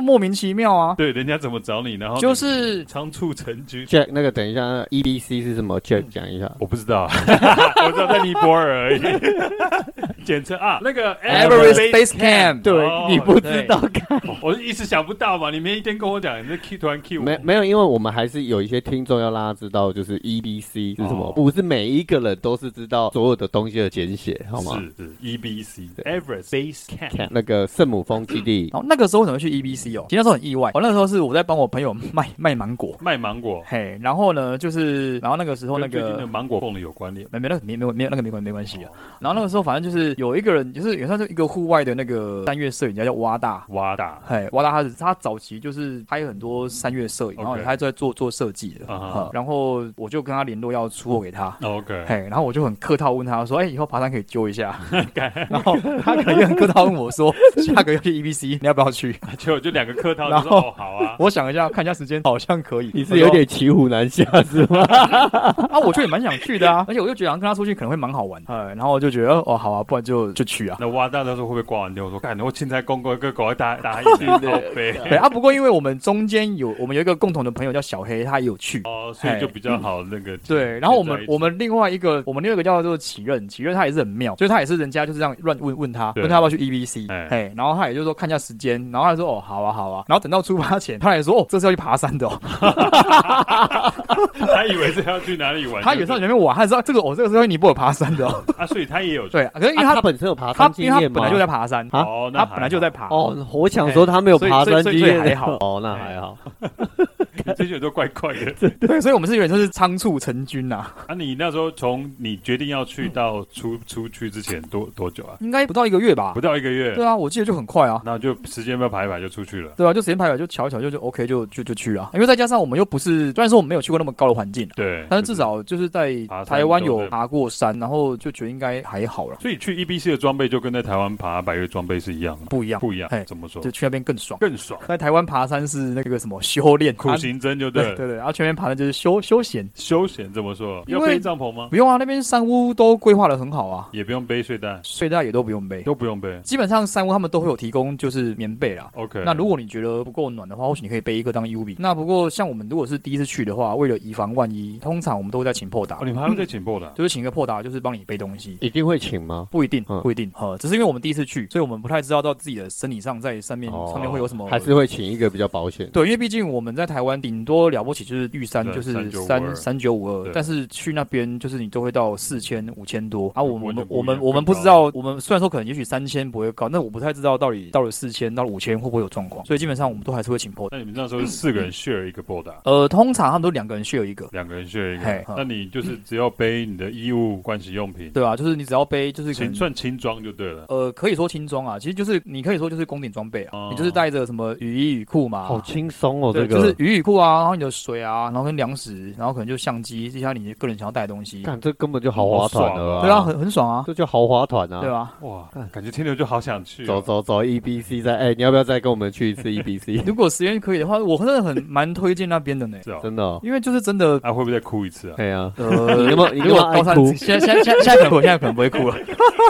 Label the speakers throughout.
Speaker 1: 莫名其妙啊，
Speaker 2: 对，人家怎么找你，然后
Speaker 1: 就是
Speaker 2: 仓促成居。
Speaker 3: Jack 那个等一下那，EDC 是什么？Jack 讲一下。
Speaker 2: 我不知道， 我知道在尼泊尔而已， 简称啊，那个
Speaker 1: Everest
Speaker 2: Everest
Speaker 1: Base Camp，
Speaker 3: 对
Speaker 2: 哦
Speaker 3: 你不知道，
Speaker 2: 我一时想不到嘛，你们一天跟我讲，你这 Q 团 Q
Speaker 3: 没没有，因为我们还是有一些听众要拉知道，就是 EDC 是什么，
Speaker 2: 哦
Speaker 3: 不是每一个人都是知道所有的东西的简写，好吗？
Speaker 2: 是是 EBC Everest Base Camp，
Speaker 3: 那个圣母峰基地，
Speaker 1: 然后那个时候怎么去 EBC 哦？其实那时候很意外，我那时候是我在帮我朋友卖卖芒果，
Speaker 2: 卖芒果，
Speaker 1: 嘿，然后呢就是，然后那个时候那
Speaker 2: 跟最近的
Speaker 1: 个。
Speaker 2: 芒果凤梨有关联。
Speaker 1: 没没那个没没有没有那个没关没关系啊。然后那个时候反正就是有一个人，就是也算是一个户外的那个三月摄影家叫蛙大，
Speaker 2: 哇大，
Speaker 1: 嘿，挖大他是他早期就是拍很多三月摄影，然后
Speaker 2: OK
Speaker 1: 他在做做设计的
Speaker 2: 啊哈
Speaker 1: 哈然后我就跟他联络要出货给他。
Speaker 2: OK，
Speaker 1: 嘿，然后我就很客套问他说：“哎、以后爬山可以揪一下。” 然后他可能也很客套问我说：“下个月去 EBC，你要不要去
Speaker 2: 就就两个客套，
Speaker 1: 然
Speaker 2: 就
Speaker 1: 后
Speaker 2: 说哦好？” 啊，
Speaker 1: 我想一下，看一下时间，好像可以。
Speaker 3: 你是有点骑虎难下是吗？
Speaker 1: 我说啊，我就也蛮想 去的啊，而且我就觉得好像跟他出去可能会蛮好玩
Speaker 3: 嗯
Speaker 1: 的。哎，然后我就觉得哦，好啊，不然就就去啊。
Speaker 2: 那挖大那时候会不会挂完电？我说，干，我现在公公跟狗打打一起好呗。
Speaker 1: 对啊，不过因为我们中间有我们有一个共同的朋友叫小黑，他也有去，
Speaker 2: 哦，所以就比较好那个。
Speaker 1: 对，然后我
Speaker 2: 在
Speaker 1: 们
Speaker 2: 一起
Speaker 1: 我们另外一个我们另外一个叫做启任，启任他也是很妙，就是他也是人家就是这样乱问问他，
Speaker 2: 对
Speaker 1: 问他要不要去 EBC，
Speaker 2: 哎
Speaker 1: 哎，然后他也就说看一下时间，然后他就说哦好啊好啊，然后等到出发前，他也说哦这是要去爬山的哦，
Speaker 2: 他以为是要去哪里玩，
Speaker 1: 他也上前面玩，他知道这个哦这个是要去尼泊尔爬山的 哦，
Speaker 2: 啊，所以他也有去。
Speaker 1: 对，可是因为
Speaker 3: 啊
Speaker 1: 他
Speaker 3: 他本身有爬
Speaker 1: 他
Speaker 3: 山经
Speaker 1: 因为他
Speaker 3: 验吗？
Speaker 1: 本来就在爬山，
Speaker 3: 啊
Speaker 2: 哦，那
Speaker 1: 他
Speaker 2: 还
Speaker 1: 本来就在爬，
Speaker 3: 哦，我想说他没有
Speaker 1: 哎
Speaker 3: 爬山
Speaker 1: 所以所以
Speaker 3: 经验，
Speaker 1: 所以还好
Speaker 3: 哦，那还好。
Speaker 2: 好，这些都怪怪 的。
Speaker 1: 对，所以我们是有点就是仓促成军呐、
Speaker 2: 啊，你那时候从你决定要去到出
Speaker 1: 嗯
Speaker 2: 出去之前多多久啊？
Speaker 1: 应该不到一个月吧
Speaker 2: 不，到一个月
Speaker 1: 对，啊，我记得就很快啊。
Speaker 2: 那就时间要排一排就出去了。
Speaker 1: 对啊，就时间排表就瞧一瞧就就 OK 就就就去啊，因为再加上我们又不是，虽然说我们没有去过那么高的环境啊，
Speaker 2: 对，
Speaker 1: 但是至
Speaker 2: 就是。
Speaker 1: 少就是在
Speaker 2: 爬山
Speaker 1: 台湾有
Speaker 2: 都在
Speaker 1: 爬过山，然后就觉得应该还好了，
Speaker 2: 所以去 EBC 的装备就跟在台湾爬百越装备是一样的，
Speaker 1: 不一样，
Speaker 2: 不一样
Speaker 1: 嘿。
Speaker 2: 怎么说
Speaker 1: 就？去那边更爽。
Speaker 2: 更爽，
Speaker 1: 在台湾爬山是那个什么修 炼
Speaker 2: 苦，
Speaker 1: 啊
Speaker 2: 行僧就对
Speaker 1: 对对
Speaker 2: 了。
Speaker 1: 对，然后去那边爬的就是休休闲，
Speaker 2: 休闲怎么说？
Speaker 1: 因
Speaker 2: 要
Speaker 1: 为
Speaker 2: 背帐篷吗？
Speaker 1: 不用啊，那边山屋都规划的很好啊，
Speaker 2: 也不用背睡袋，
Speaker 1: 睡袋也都不用背，
Speaker 2: 都不用背。
Speaker 1: 基本上山屋他们都会有提供就是棉被啦。
Speaker 2: OK，
Speaker 1: 那如果你觉得不够暖的话，或许你可以背一个当 U B。那不过像我们如果是第一次去的话，为了以防万一，通常我们都会在请破打
Speaker 2: 哦，，你们还会再请破的啊？
Speaker 1: 就是请一个破打，就是帮你背东西。
Speaker 3: 一定会请吗？
Speaker 1: 不一定，
Speaker 3: 嗯
Speaker 1: 不一定，呃，只是因为我们第一次去，所以我们不太知道到自己的身体上在上面、
Speaker 3: 哦
Speaker 1: 上面会有什么，
Speaker 3: 还是会请一个比较保险？
Speaker 1: 对，因为毕竟我们在台湾顶多了不起就是玉山
Speaker 2: 对
Speaker 1: 就是
Speaker 2: 3952
Speaker 1: 三三九五二
Speaker 2: 对，
Speaker 1: 但是去那边就是你都会到四千五千多啊，我
Speaker 2: 完
Speaker 1: 们
Speaker 2: 全不一样
Speaker 1: 我们
Speaker 2: 更
Speaker 1: 我们不
Speaker 2: 高
Speaker 1: 知道，我们虽然说可能也许三千不会高，那我不太知道到底到了四千到五千会不会有状况，所以基本上我们都还是会请 p o
Speaker 2: 那你们那时候是四个人 share 一个 board，啊
Speaker 1: 呃，通常他们都两个人 share 一个。
Speaker 2: 两个人 share 一
Speaker 1: 嘿
Speaker 2: 个，那你就是只要背你的衣物、盥洗用品，
Speaker 1: 对啊，就是你只要背，就是可
Speaker 2: 轻
Speaker 1: 能
Speaker 2: 算轻装就对了。
Speaker 1: 呃，可以说轻装啊，其实就是你可以说就是攻顶装备啊，
Speaker 2: 哦
Speaker 1: 你就是带着什么雨衣、雨裤嘛，
Speaker 3: 好轻松哦，
Speaker 1: 对，
Speaker 3: 这
Speaker 1: 就是
Speaker 3: 个。
Speaker 1: 雨雨裤啊，然后你的水啊，然后跟粮食，然后可能就相机，这些你个人想要带的东西，
Speaker 3: 看这根本就豪华团了
Speaker 2: 好爽
Speaker 1: 对啊，很很爽啊，
Speaker 3: 这就豪华团啊！
Speaker 1: 对吧？
Speaker 2: 哇，感觉听了就好想
Speaker 1: 啊
Speaker 2: 去
Speaker 3: 走
Speaker 2: 哦。
Speaker 3: 走走，EBC 在哎、你要不要再跟我们去一次 E EBC？
Speaker 1: 如果时间可以的话，我真的很蛮推荐那边的呢，
Speaker 2: 是哦，
Speaker 3: 真的、哦？
Speaker 1: 因为就是真的，
Speaker 2: 啊，会不会再哭一次啊？
Speaker 3: 对呀、 你
Speaker 1: 呃，
Speaker 3: 那么你那
Speaker 1: 如
Speaker 3: 么
Speaker 1: 果高
Speaker 3: 爱
Speaker 1: 山
Speaker 3: 哭，
Speaker 1: 现在现在现在现在可能我现在可能不会哭了，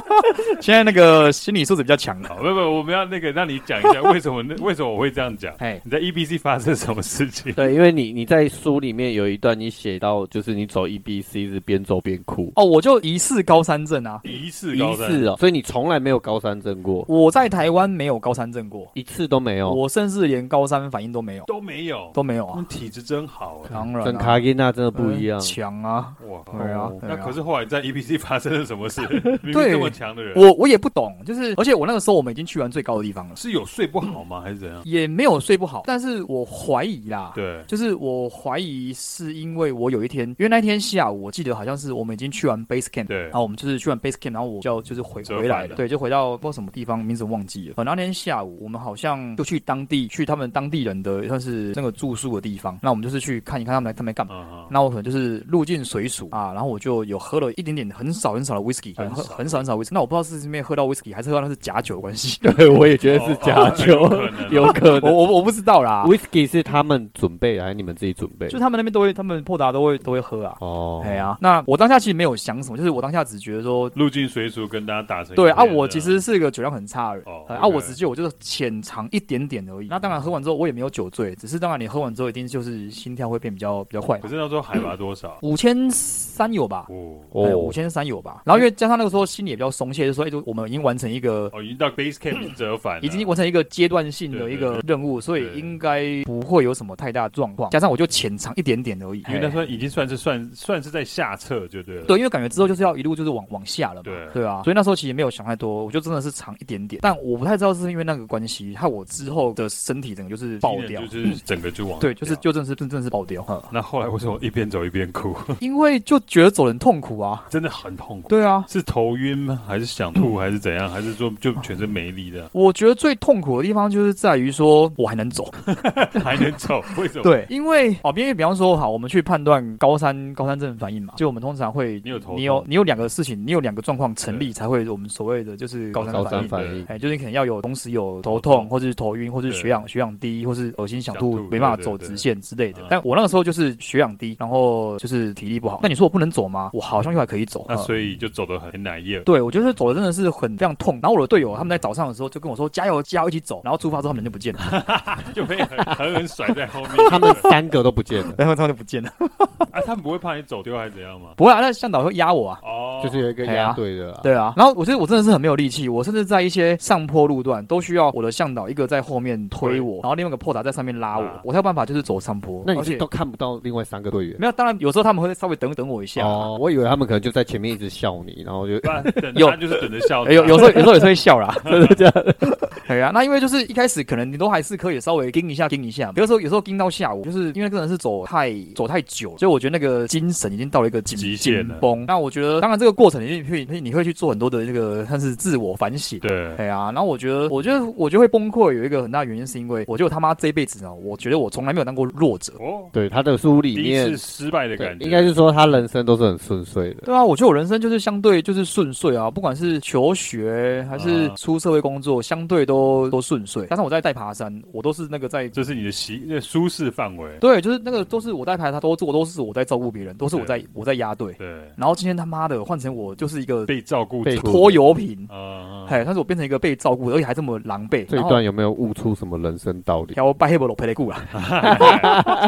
Speaker 1: 现在那个心理素质比较强了，
Speaker 2: 好，不不，我们要那个让你讲一下为什么那为什么我会这样讲？
Speaker 1: 哎，
Speaker 2: 你在 EBC 发生什么事情？
Speaker 3: 对，因为你你在书里面有一段你写到，就是你走 E EBC 是边走边哭，
Speaker 1: 哦，我就疑似高山症啊，
Speaker 2: 疑似高
Speaker 3: 一
Speaker 2: 山
Speaker 3: 次哦，所以你从来没有高山症过，
Speaker 1: 我在台湾没有高山症过，
Speaker 3: 一次都没有。
Speaker 1: 我甚至连高山反应都没有，
Speaker 2: 都没有，
Speaker 1: 都没有
Speaker 2: 我
Speaker 1: 啊
Speaker 2: 们，体质真好啊！
Speaker 1: 当然啊
Speaker 3: 跟卡吉娜真的不一样哦
Speaker 1: 嗯，强啊，
Speaker 2: 哇，
Speaker 1: 对啊，对
Speaker 2: 那
Speaker 1: 啊
Speaker 2: 可是后来在 EBC 发生了什么事？明明这么强的人，
Speaker 1: 我我也不懂，就是而且我那个时候我们已经去完最高的地方了，
Speaker 2: 是有睡不好吗？还是怎样？
Speaker 1: 也没有睡不好，但是我怀疑啦。
Speaker 2: 对，
Speaker 1: 就是我怀疑是因为我有一天，因为那天下午我记得好像是我们已经去完 base camp，
Speaker 2: 对
Speaker 1: 然后我们就是去完 base camp，然后我就就是回
Speaker 2: 折返
Speaker 1: 回来了，
Speaker 2: 了
Speaker 1: 对，就回到不知道什么地方，名字忘记了。然后那天下午我们好像就去当地去他们当地人的算是那个住宿的地方，那我们就是去看一看他们在他们在干嘛。
Speaker 2: 嗯哼，
Speaker 1: 那我可能就是入境水鼠啊，然后我就有喝了一点点很少很少的 whisky，
Speaker 2: 很
Speaker 1: 很
Speaker 2: 少
Speaker 1: 很少很少的 whisky。那我不知道是因为喝到 whisky 还是喝到那是假酒的关系，
Speaker 3: 对我也觉得是假酒
Speaker 2: 哦哦，
Speaker 3: 有可
Speaker 1: 我
Speaker 3: 能。
Speaker 1: 我我不知道啦。
Speaker 3: Whisky 是他们准备的，还是你们自己准备？
Speaker 1: 就他们那边都会，他们破达都会都会喝啊。
Speaker 3: 哦，
Speaker 1: 哎呀，那我当下其实没有想什么，就是我当下只觉得说，
Speaker 2: 入境随俗跟大家打成一
Speaker 1: 对啊，
Speaker 2: 片
Speaker 1: 我
Speaker 2: 这
Speaker 1: 其
Speaker 2: 样
Speaker 1: 实是个酒量很差的人，
Speaker 2: 哦
Speaker 1: 哎啊，
Speaker 2: ，OK
Speaker 1: 我只觉得我就是浅尝一点点而已。那当然喝完之后我也没有酒醉，只是当然你喝完之后一定就是心跳会变比较比较快
Speaker 2: 可，是那时候海拔多少？
Speaker 1: 五千三有吧。
Speaker 2: 哦
Speaker 1: 哎，
Speaker 3: 哦
Speaker 1: 五，千三有吧，然后因为加上那个时候心里也比较松懈，就说哎，就我们已经完成一个
Speaker 2: 哦，已经到 base camp 已经折返了，
Speaker 1: 已经完成一个阶段性的一个任务，所以应该不会有什么太大状况。加上我就浅尝一点点而已，
Speaker 2: 因为那时
Speaker 1: 候
Speaker 2: 候已经算是算算是在下策，就对了。
Speaker 1: 对，因为感觉之后就是要一路就是往往下了嘛，
Speaker 2: 对
Speaker 1: 对啊，所以那时候其实没有想太多，我就真的是尝一点点。但我不太知道是因为那个关系，害我之后的身体整个就是爆
Speaker 2: 今年
Speaker 1: 掉，
Speaker 2: 就是整个就往
Speaker 1: 对，就是
Speaker 2: 掉
Speaker 1: 就真的是真真的是爆掉，嗯
Speaker 2: 那后来为什么一边走一边 哭？
Speaker 1: 因为就觉得走得很痛苦啊，
Speaker 2: 真的很痛苦，
Speaker 1: 对啊。
Speaker 2: 是头晕吗？还是想吐？
Speaker 1: 嗯
Speaker 2: 还是怎样？还是说就全身没力 的？
Speaker 1: 我觉得最痛苦的地方就是在于说我还能走，
Speaker 2: 还能走？为什么？，
Speaker 1: 对，因为哦，因为比方说，好，我们去判断高山高山症反应嘛，就我们通常会，
Speaker 2: 你有头痛
Speaker 1: 你有你有两个事情，你有两个状况成立才会，我们所谓的就是高山
Speaker 3: 高
Speaker 1: 反
Speaker 3: 山
Speaker 1: 应。
Speaker 3: 反应，
Speaker 1: 哎，就是你可能要有同时有头
Speaker 2: 头痛
Speaker 1: 痛，或是头晕，或是
Speaker 2: 对
Speaker 1: 血氧血氧低，或是恶心想
Speaker 2: 想
Speaker 1: 吐
Speaker 2: 吐，
Speaker 1: 没办法
Speaker 2: 对对
Speaker 1: 走
Speaker 2: 对
Speaker 1: 直线之类的
Speaker 2: 嗯。
Speaker 1: 但我那个时候就是血氧低，然后就是体力不好。那你说我不能走吗？我好像又还可以走。
Speaker 2: 嗯那
Speaker 1: 嗯
Speaker 2: 所以就走得很难夜。
Speaker 1: 对，我觉得走的真的是很非常痛。然后我的队友他们在早上的时候就跟我说加油加油一起走，然后出发之后他们人就不见了，
Speaker 2: 就被狠 狠狠甩在后面。
Speaker 3: 他们三个都不见 了，
Speaker 1: 然 后他们就不见了。
Speaker 2: 啊，他们不会怕你走丢还是怎样吗？
Speaker 1: 不会啊，那向导会压我啊。
Speaker 2: 哦，
Speaker 3: 就是有一个压队的啦，
Speaker 1: 对啊，然后我觉得我真的是很没有力气，我甚至在一些上坡路段都需要我的向导一个在后面推我，然后另外一个破达在上面拉我，
Speaker 2: 啊
Speaker 1: 我才有办法就是走上坡。
Speaker 3: 那
Speaker 1: 而
Speaker 3: 你
Speaker 1: 且
Speaker 3: 是都看不到另外三个队员。
Speaker 1: 没有，当然有时候他们会稍微等等我一下。
Speaker 3: 哦，我以为他们可能就在前面一直笑你，然后就
Speaker 2: 不然等
Speaker 1: 有
Speaker 2: 他就是等着笑啊他。
Speaker 1: 哎有有时候 有时候也是会笑啦，真的这样。对啊，那因为就是一开始可能你都还是可以稍微盯一下盯一下，有时候有时候盯到下午，就是因为那个人是走太走太久，所以我觉得那个精神已经到了一个紧
Speaker 2: 极限了
Speaker 1: 紧绷。那我觉得当然这个过程你会你会去做很多的这个算是自我反省。
Speaker 2: 对，
Speaker 1: 对啊，然后我觉得，我觉得，我觉得会崩溃有一个很大原因，是因为我觉得我他妈这一辈子呢，哦我觉得我从来没有当过弱者。
Speaker 2: 哦，
Speaker 3: 对他的书
Speaker 2: 第
Speaker 3: 里
Speaker 2: 一次
Speaker 3: 面，
Speaker 2: 失败的
Speaker 3: 对
Speaker 2: 感，觉，
Speaker 3: 应该是说他人生都是很顺遂的。
Speaker 1: 对啊，我觉得我人生就是相对就是顺遂啊，不管是求学还是
Speaker 2: 啊
Speaker 1: 出社会工作，相对都都顺遂。加上我在带爬山，我都是那个在
Speaker 2: 这是你的习那舒适范围。
Speaker 1: 对，就是那个都是我在爬山，都我都是我在照顾别人，都是我在我在压队。
Speaker 2: 对，
Speaker 1: 然后今天他妈的换成我就是一个
Speaker 2: 被照顾
Speaker 3: 被
Speaker 2: 者
Speaker 3: 顾
Speaker 1: 拖油瓶，
Speaker 2: 啊，
Speaker 1: 嘿，但是我变成一个被照顾的，而且还这么狼狈。
Speaker 3: 这一段有没有悟出什么人生道 理？
Speaker 1: 挑拜黑伯罗陪雷顾啦。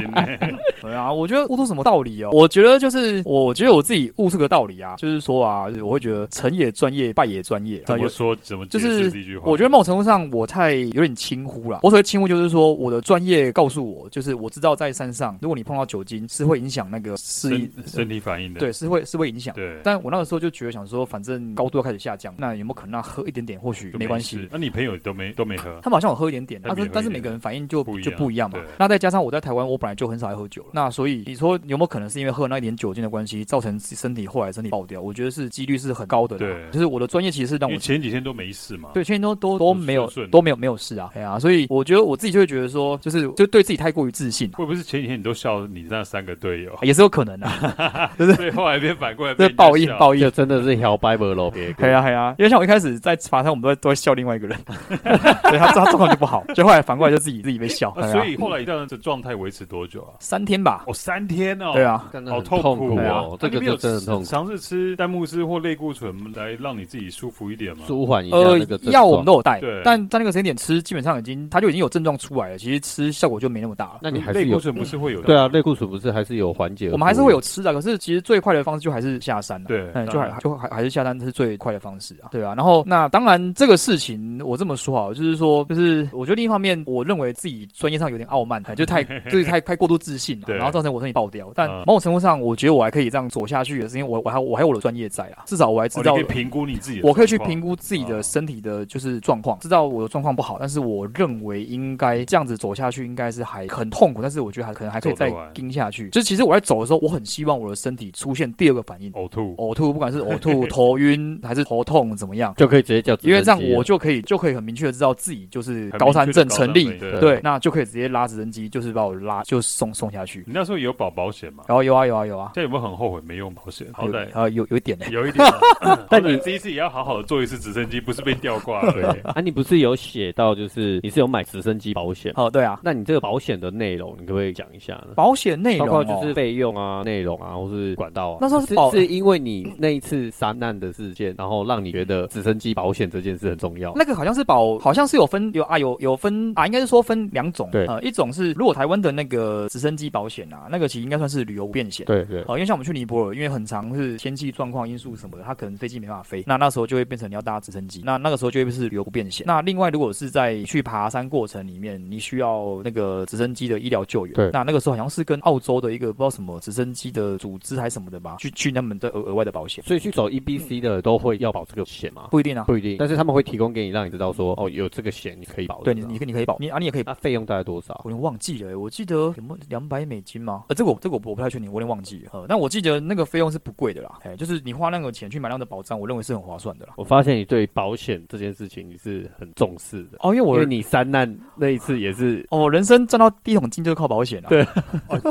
Speaker 2: 真 的
Speaker 1: 对啊，我觉得悟出什么道理哦？我觉得就是，我觉得我自己悟出个道理啊，就是说啊，就是我会觉得成也专业，败也专业。
Speaker 2: 怎
Speaker 1: 有
Speaker 2: 么说？怎么
Speaker 1: 就
Speaker 2: 解
Speaker 1: 是
Speaker 2: 释这句话？
Speaker 1: 我觉得某种程度上我太有点轻忽了。我所谓轻忽，就是说我的专业告诉我，就是我知道在山上，如果你碰到酒精是会影响那个视力
Speaker 2: 身，身体反应的，
Speaker 1: 对，是会是会影响。
Speaker 2: 对，
Speaker 1: 但我那个时候就觉得想说，反正高度要开始下降，那有没有可能那喝一点点，或许
Speaker 2: 就
Speaker 1: 没关
Speaker 2: 事
Speaker 1: 系。
Speaker 2: 那你朋友都没都没喝，
Speaker 1: 他们好像有喝一点点，
Speaker 2: 他
Speaker 1: 但
Speaker 2: 们
Speaker 1: 是
Speaker 2: 也
Speaker 1: 但是
Speaker 2: 喝一
Speaker 1: 每
Speaker 2: 点
Speaker 1: 个人反应就
Speaker 2: 不一
Speaker 1: 就
Speaker 2: 样
Speaker 1: 不一样嘛
Speaker 2: 对。
Speaker 1: 那再加上我在台湾，我本来就很少爱喝酒了，那所以你说有没有可能是因为喝那一点酒精的关系，造成身体后来身体爆掉？我觉得是几率是很高的啦。
Speaker 2: 对
Speaker 1: 就是我的专业其实是让
Speaker 2: 因
Speaker 1: 我
Speaker 2: 为。前几天都没事嘛。
Speaker 1: 对，现在都都都没有
Speaker 2: 顺顺
Speaker 1: 都没有没有事啊，哎呀、所以我觉得我自己就会觉得说，就是就对自己太过于自信、啊，
Speaker 2: 会不会是前几天你都笑你那三个队友，
Speaker 1: 也是有可能的、 啊，
Speaker 2: 所以后来变反过来
Speaker 1: 这
Speaker 2: 被
Speaker 1: 是报应
Speaker 2: 爆。
Speaker 1: 报应
Speaker 3: 就。真的是摇摆不喽， 别
Speaker 1: 对
Speaker 3: 啊，
Speaker 1: 啊，对啊，因为像我一开始在爬山，我们都会都会笑另外一个 人，所以他他状况就不好，就后来反过来就自己自己被笑。
Speaker 2: 那
Speaker 1: 哎呀
Speaker 2: 哦啊所以后来一段的状态维持多久啊？
Speaker 1: 三天吧，
Speaker 2: 哦，三天哦。
Speaker 1: 对。啊，
Speaker 3: 真的
Speaker 2: 好
Speaker 3: 很
Speaker 2: 痛
Speaker 3: 痛苦
Speaker 1: 对
Speaker 2: 啊
Speaker 3: 哦！，这
Speaker 2: 那
Speaker 3: 个
Speaker 2: 你没有
Speaker 3: 就真的很痛苦，
Speaker 2: 尝试吃丹木斯或类固醇来让你自己舒服一点嘛。
Speaker 3: 舒缓一下
Speaker 1: 呃
Speaker 3: 那个，症
Speaker 1: 药我
Speaker 3: 状
Speaker 1: 们都有带
Speaker 2: 对，
Speaker 1: 但在那个时间点吃，基本上已经它就已经有症状出来了，其实吃效果就没那么大了。
Speaker 3: 那你还是
Speaker 2: 类固
Speaker 3: 有
Speaker 2: 醇不是会有
Speaker 3: 对啊，类固醇不是还是有缓解的作用？
Speaker 1: 我们还是会有吃啊的，可是其实最快的方式就还是下山、啊。
Speaker 2: 对
Speaker 1: 嗯，就
Speaker 2: 当然
Speaker 1: 还就还还是下山是最快的方式啊。对啊，然后那当然这个事情我这么说好，就是说就是我觉得另一方面，我认为自己专业上有点傲慢，哎就 太就是太太过度自信了、啊
Speaker 2: 对
Speaker 1: 然后造成我身体爆掉。但
Speaker 2: 嗯
Speaker 1: 某种程度上，我觉得我还可以这样走下去，也是因为我我还我还有我的专业在啊，至少我还知
Speaker 2: 哦
Speaker 1: 道、
Speaker 2: 你可以评估你自己的，嗯
Speaker 1: 我可以去评。估自己的身体的，就是状况，知道我的状况不好，但是我认为应该这样子走下去，应该是还很痛苦，但是我觉得还可能还可以再
Speaker 2: 走得完
Speaker 1: 盯下去。就是其实我在走的时候，我很希望我的身体出现第二个反应，
Speaker 2: 哦呕吐，
Speaker 1: 呕吐，不管是呕吐、头晕还是头痛怎么样，
Speaker 3: 就可以直啊
Speaker 4: 直接叫直升机
Speaker 1: 因
Speaker 4: 了，
Speaker 1: 为这样我就可以就可以很明确的知道自己就是
Speaker 2: 啊很
Speaker 1: 高山
Speaker 2: 明确
Speaker 1: 症
Speaker 2: 的高
Speaker 1: 成
Speaker 2: 山
Speaker 1: 立，
Speaker 2: 症
Speaker 4: 对
Speaker 1: 对，那就可以直接拉直升机，就是把我拉就送送下去。
Speaker 2: 你那时候有保保险吗？
Speaker 1: 然后有啊有啊有啊，
Speaker 2: 现在有没有很后悔没用保险？好歹
Speaker 1: 啊有有一点呢，
Speaker 2: 有一点啊，
Speaker 4: 但
Speaker 2: 但
Speaker 4: 你
Speaker 2: 你这一次也要好好的坐一次直升机，不是被吊挂而已。
Speaker 4: 啊，你不是有写到就是你是有买直升机保险吗，
Speaker 1: 哦对啊，
Speaker 4: 那你这个保险的内容，你可不可以讲一下呢？
Speaker 1: 保险内
Speaker 4: 包
Speaker 1: 容
Speaker 4: 括
Speaker 1: 哦
Speaker 4: 就是费用啊、内容啊，或是管道啊。
Speaker 1: 那时候是
Speaker 4: 是
Speaker 1: 保
Speaker 4: 是因为你那一次三难的事件，然后让你觉得直升机保险这件事很重要。
Speaker 1: 哦那个好像是保，好像是有分有啊有有分啊，应该是说分两种，
Speaker 4: 对
Speaker 1: 呃，一种是如果台湾的那个直升机保险啊，那个其实应该算是旅游不便险。
Speaker 4: 对对，
Speaker 1: 哦，因为像我们去尼泊尔，因为很常是天气状况因素什么的，它可能飞机没办法飞，那那时候就会变成你要搭直升机，那那个时候就会是旅游不便险。那另外，如果是在去爬山过程里面，你需要那个直升机的医疗救援，
Speaker 4: 对
Speaker 1: 那那个时候好像是跟澳洲的一个不知道什么直升机的组织还是什么的吧，去去他们的额额外的保险，
Speaker 4: 所以去走 EBC 的都会要保这个险吗？
Speaker 1: 不一定啊，
Speaker 4: 不一定，但是他们会提供给你，让你知道说哦，有这个险你可以保。
Speaker 1: 对你你可以你可以保，你啊你也可以
Speaker 4: 那费用大概多少？
Speaker 1: 我有点忘记了欸，我记得有没有两百美金吗？呃，这个我这个我不我不太确定，我有点忘记了。呃，但我记得那个费用是不贵的啦，哎，就是你花那个钱去买那样的保障，我认为是很划算的啦。
Speaker 4: 我发现你对保险这件事情你是很重视的，
Speaker 1: 哦，因为
Speaker 4: 因
Speaker 1: 我
Speaker 4: 为你三难那一次也 是，
Speaker 1: 哦，我人生赚到第一桶金就是靠保险啊。
Speaker 4: 对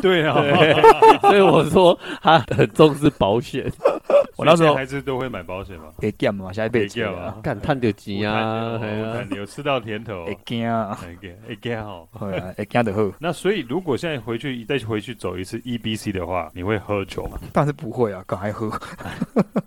Speaker 2: 对啊，
Speaker 4: 所以我说他很重视保险。
Speaker 1: 我那时候
Speaker 2: 还是都会买保险嘛。
Speaker 1: 可以 game 嘛，下一辈子
Speaker 2: 可以 game 啊
Speaker 4: 干探的急啊！
Speaker 2: 我看
Speaker 4: 嘿
Speaker 2: 你我
Speaker 4: 啊
Speaker 2: 看你有吃到甜头
Speaker 1: 会。惊啊，
Speaker 4: 哦
Speaker 2: 哎给哎给好。
Speaker 1: 会啊，会惊的好。
Speaker 2: 那所以如果现在回去再回去走一次 EBC 的话，你会喝酒吗？
Speaker 1: 当然是不会啊，敢还喝，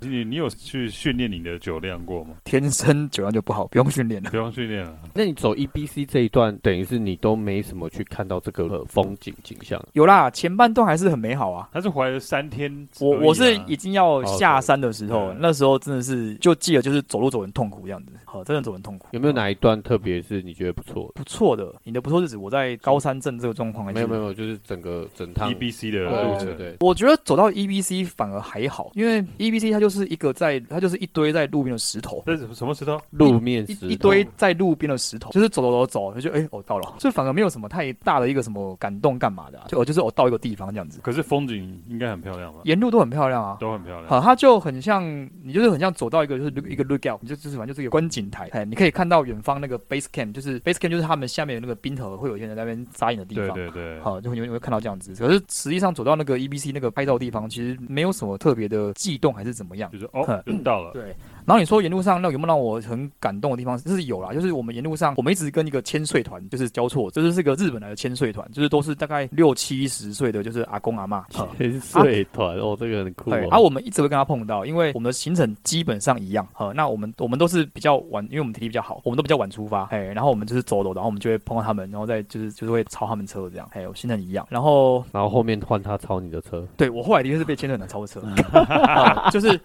Speaker 2: 你你有去训练你的酒量过吗？
Speaker 1: 天生酒量就不好，不用训练了。
Speaker 2: 不用训练了，
Speaker 4: 那你走 EBC 这一段，等于是你都没什么去看到这个呃风景景象。
Speaker 1: 有啦，前半段还是很美好啊。
Speaker 2: 他是怀了三天而已啊。
Speaker 1: 我我是已经要下山的时
Speaker 2: 哦
Speaker 1: 候
Speaker 4: 啊
Speaker 2: 对，
Speaker 1: 那时候真的是就记得就是走路走得很痛苦这样子，好，真的走得很痛苦。
Speaker 4: 有没有哪一段特别是你觉得不错
Speaker 1: 不错的，你的不错是指我在高山症这个状况还
Speaker 4: 的？
Speaker 1: 是
Speaker 4: 没有没有，没有，就是整个整趟
Speaker 2: EBC E 的
Speaker 4: 对
Speaker 2: 路
Speaker 4: 对
Speaker 2: 程，
Speaker 4: 对，
Speaker 1: 我觉得走到 EBC 反而还好，因为 EBC 它就是一个在它就是一堆在路边的石头，
Speaker 2: 这是什么石头？
Speaker 4: 路面石头
Speaker 1: 一一堆在路边的石头，就是走走走走，就觉得哎我、到了，就反而没有什么太大的一个什么感动干嘛的、啊，就我就是我、到一个地方这样子，
Speaker 2: 可是风景应该很漂亮吧？
Speaker 1: 沿路都很漂亮啊。
Speaker 2: 都很漂亮。
Speaker 1: 好，它就很像你，就是很像走到一个就是一个 lookout，你就就是反正就是一个观景台，哎，你可以看到远方那个 base camp，就是 base camp 就是他们下面有那个冰河，会有一些人在那边扎营的地
Speaker 2: 对
Speaker 1: 方。
Speaker 2: 对对，
Speaker 1: 好，就你们你会看到这样子。可是实际上走到那个 EBC 那个拍照地方，其实没有什么特别的悸动还是怎么样
Speaker 2: 就。是哦，
Speaker 1: 嗯
Speaker 2: 就到了。
Speaker 1: 对，然后你说沿路上那有没有让我很感动的地方？就是有啦，就是我们沿路上我们一直跟一个千岁团就是交错，这就是个日本来的千岁团，就是都是大概六七十岁的，就是阿公阿妈。
Speaker 2: 啊
Speaker 4: 潜水团哦，这个很酷
Speaker 1: 对，
Speaker 4: 哦。
Speaker 1: 啊，我们一直会跟他碰到，因为我们的行程基本上一样。呃，那我们我们都是比较晚，因为我们体力比较好，我们都比较晚出发。哎，然后我们就是走走，然后我们就会碰到他们，然后再就是就是会超他们车这样。哎，我行程一样。然后
Speaker 4: 然后后面换他超你的车，
Speaker 1: 对我后来的确是被牵着男超车、啊 就是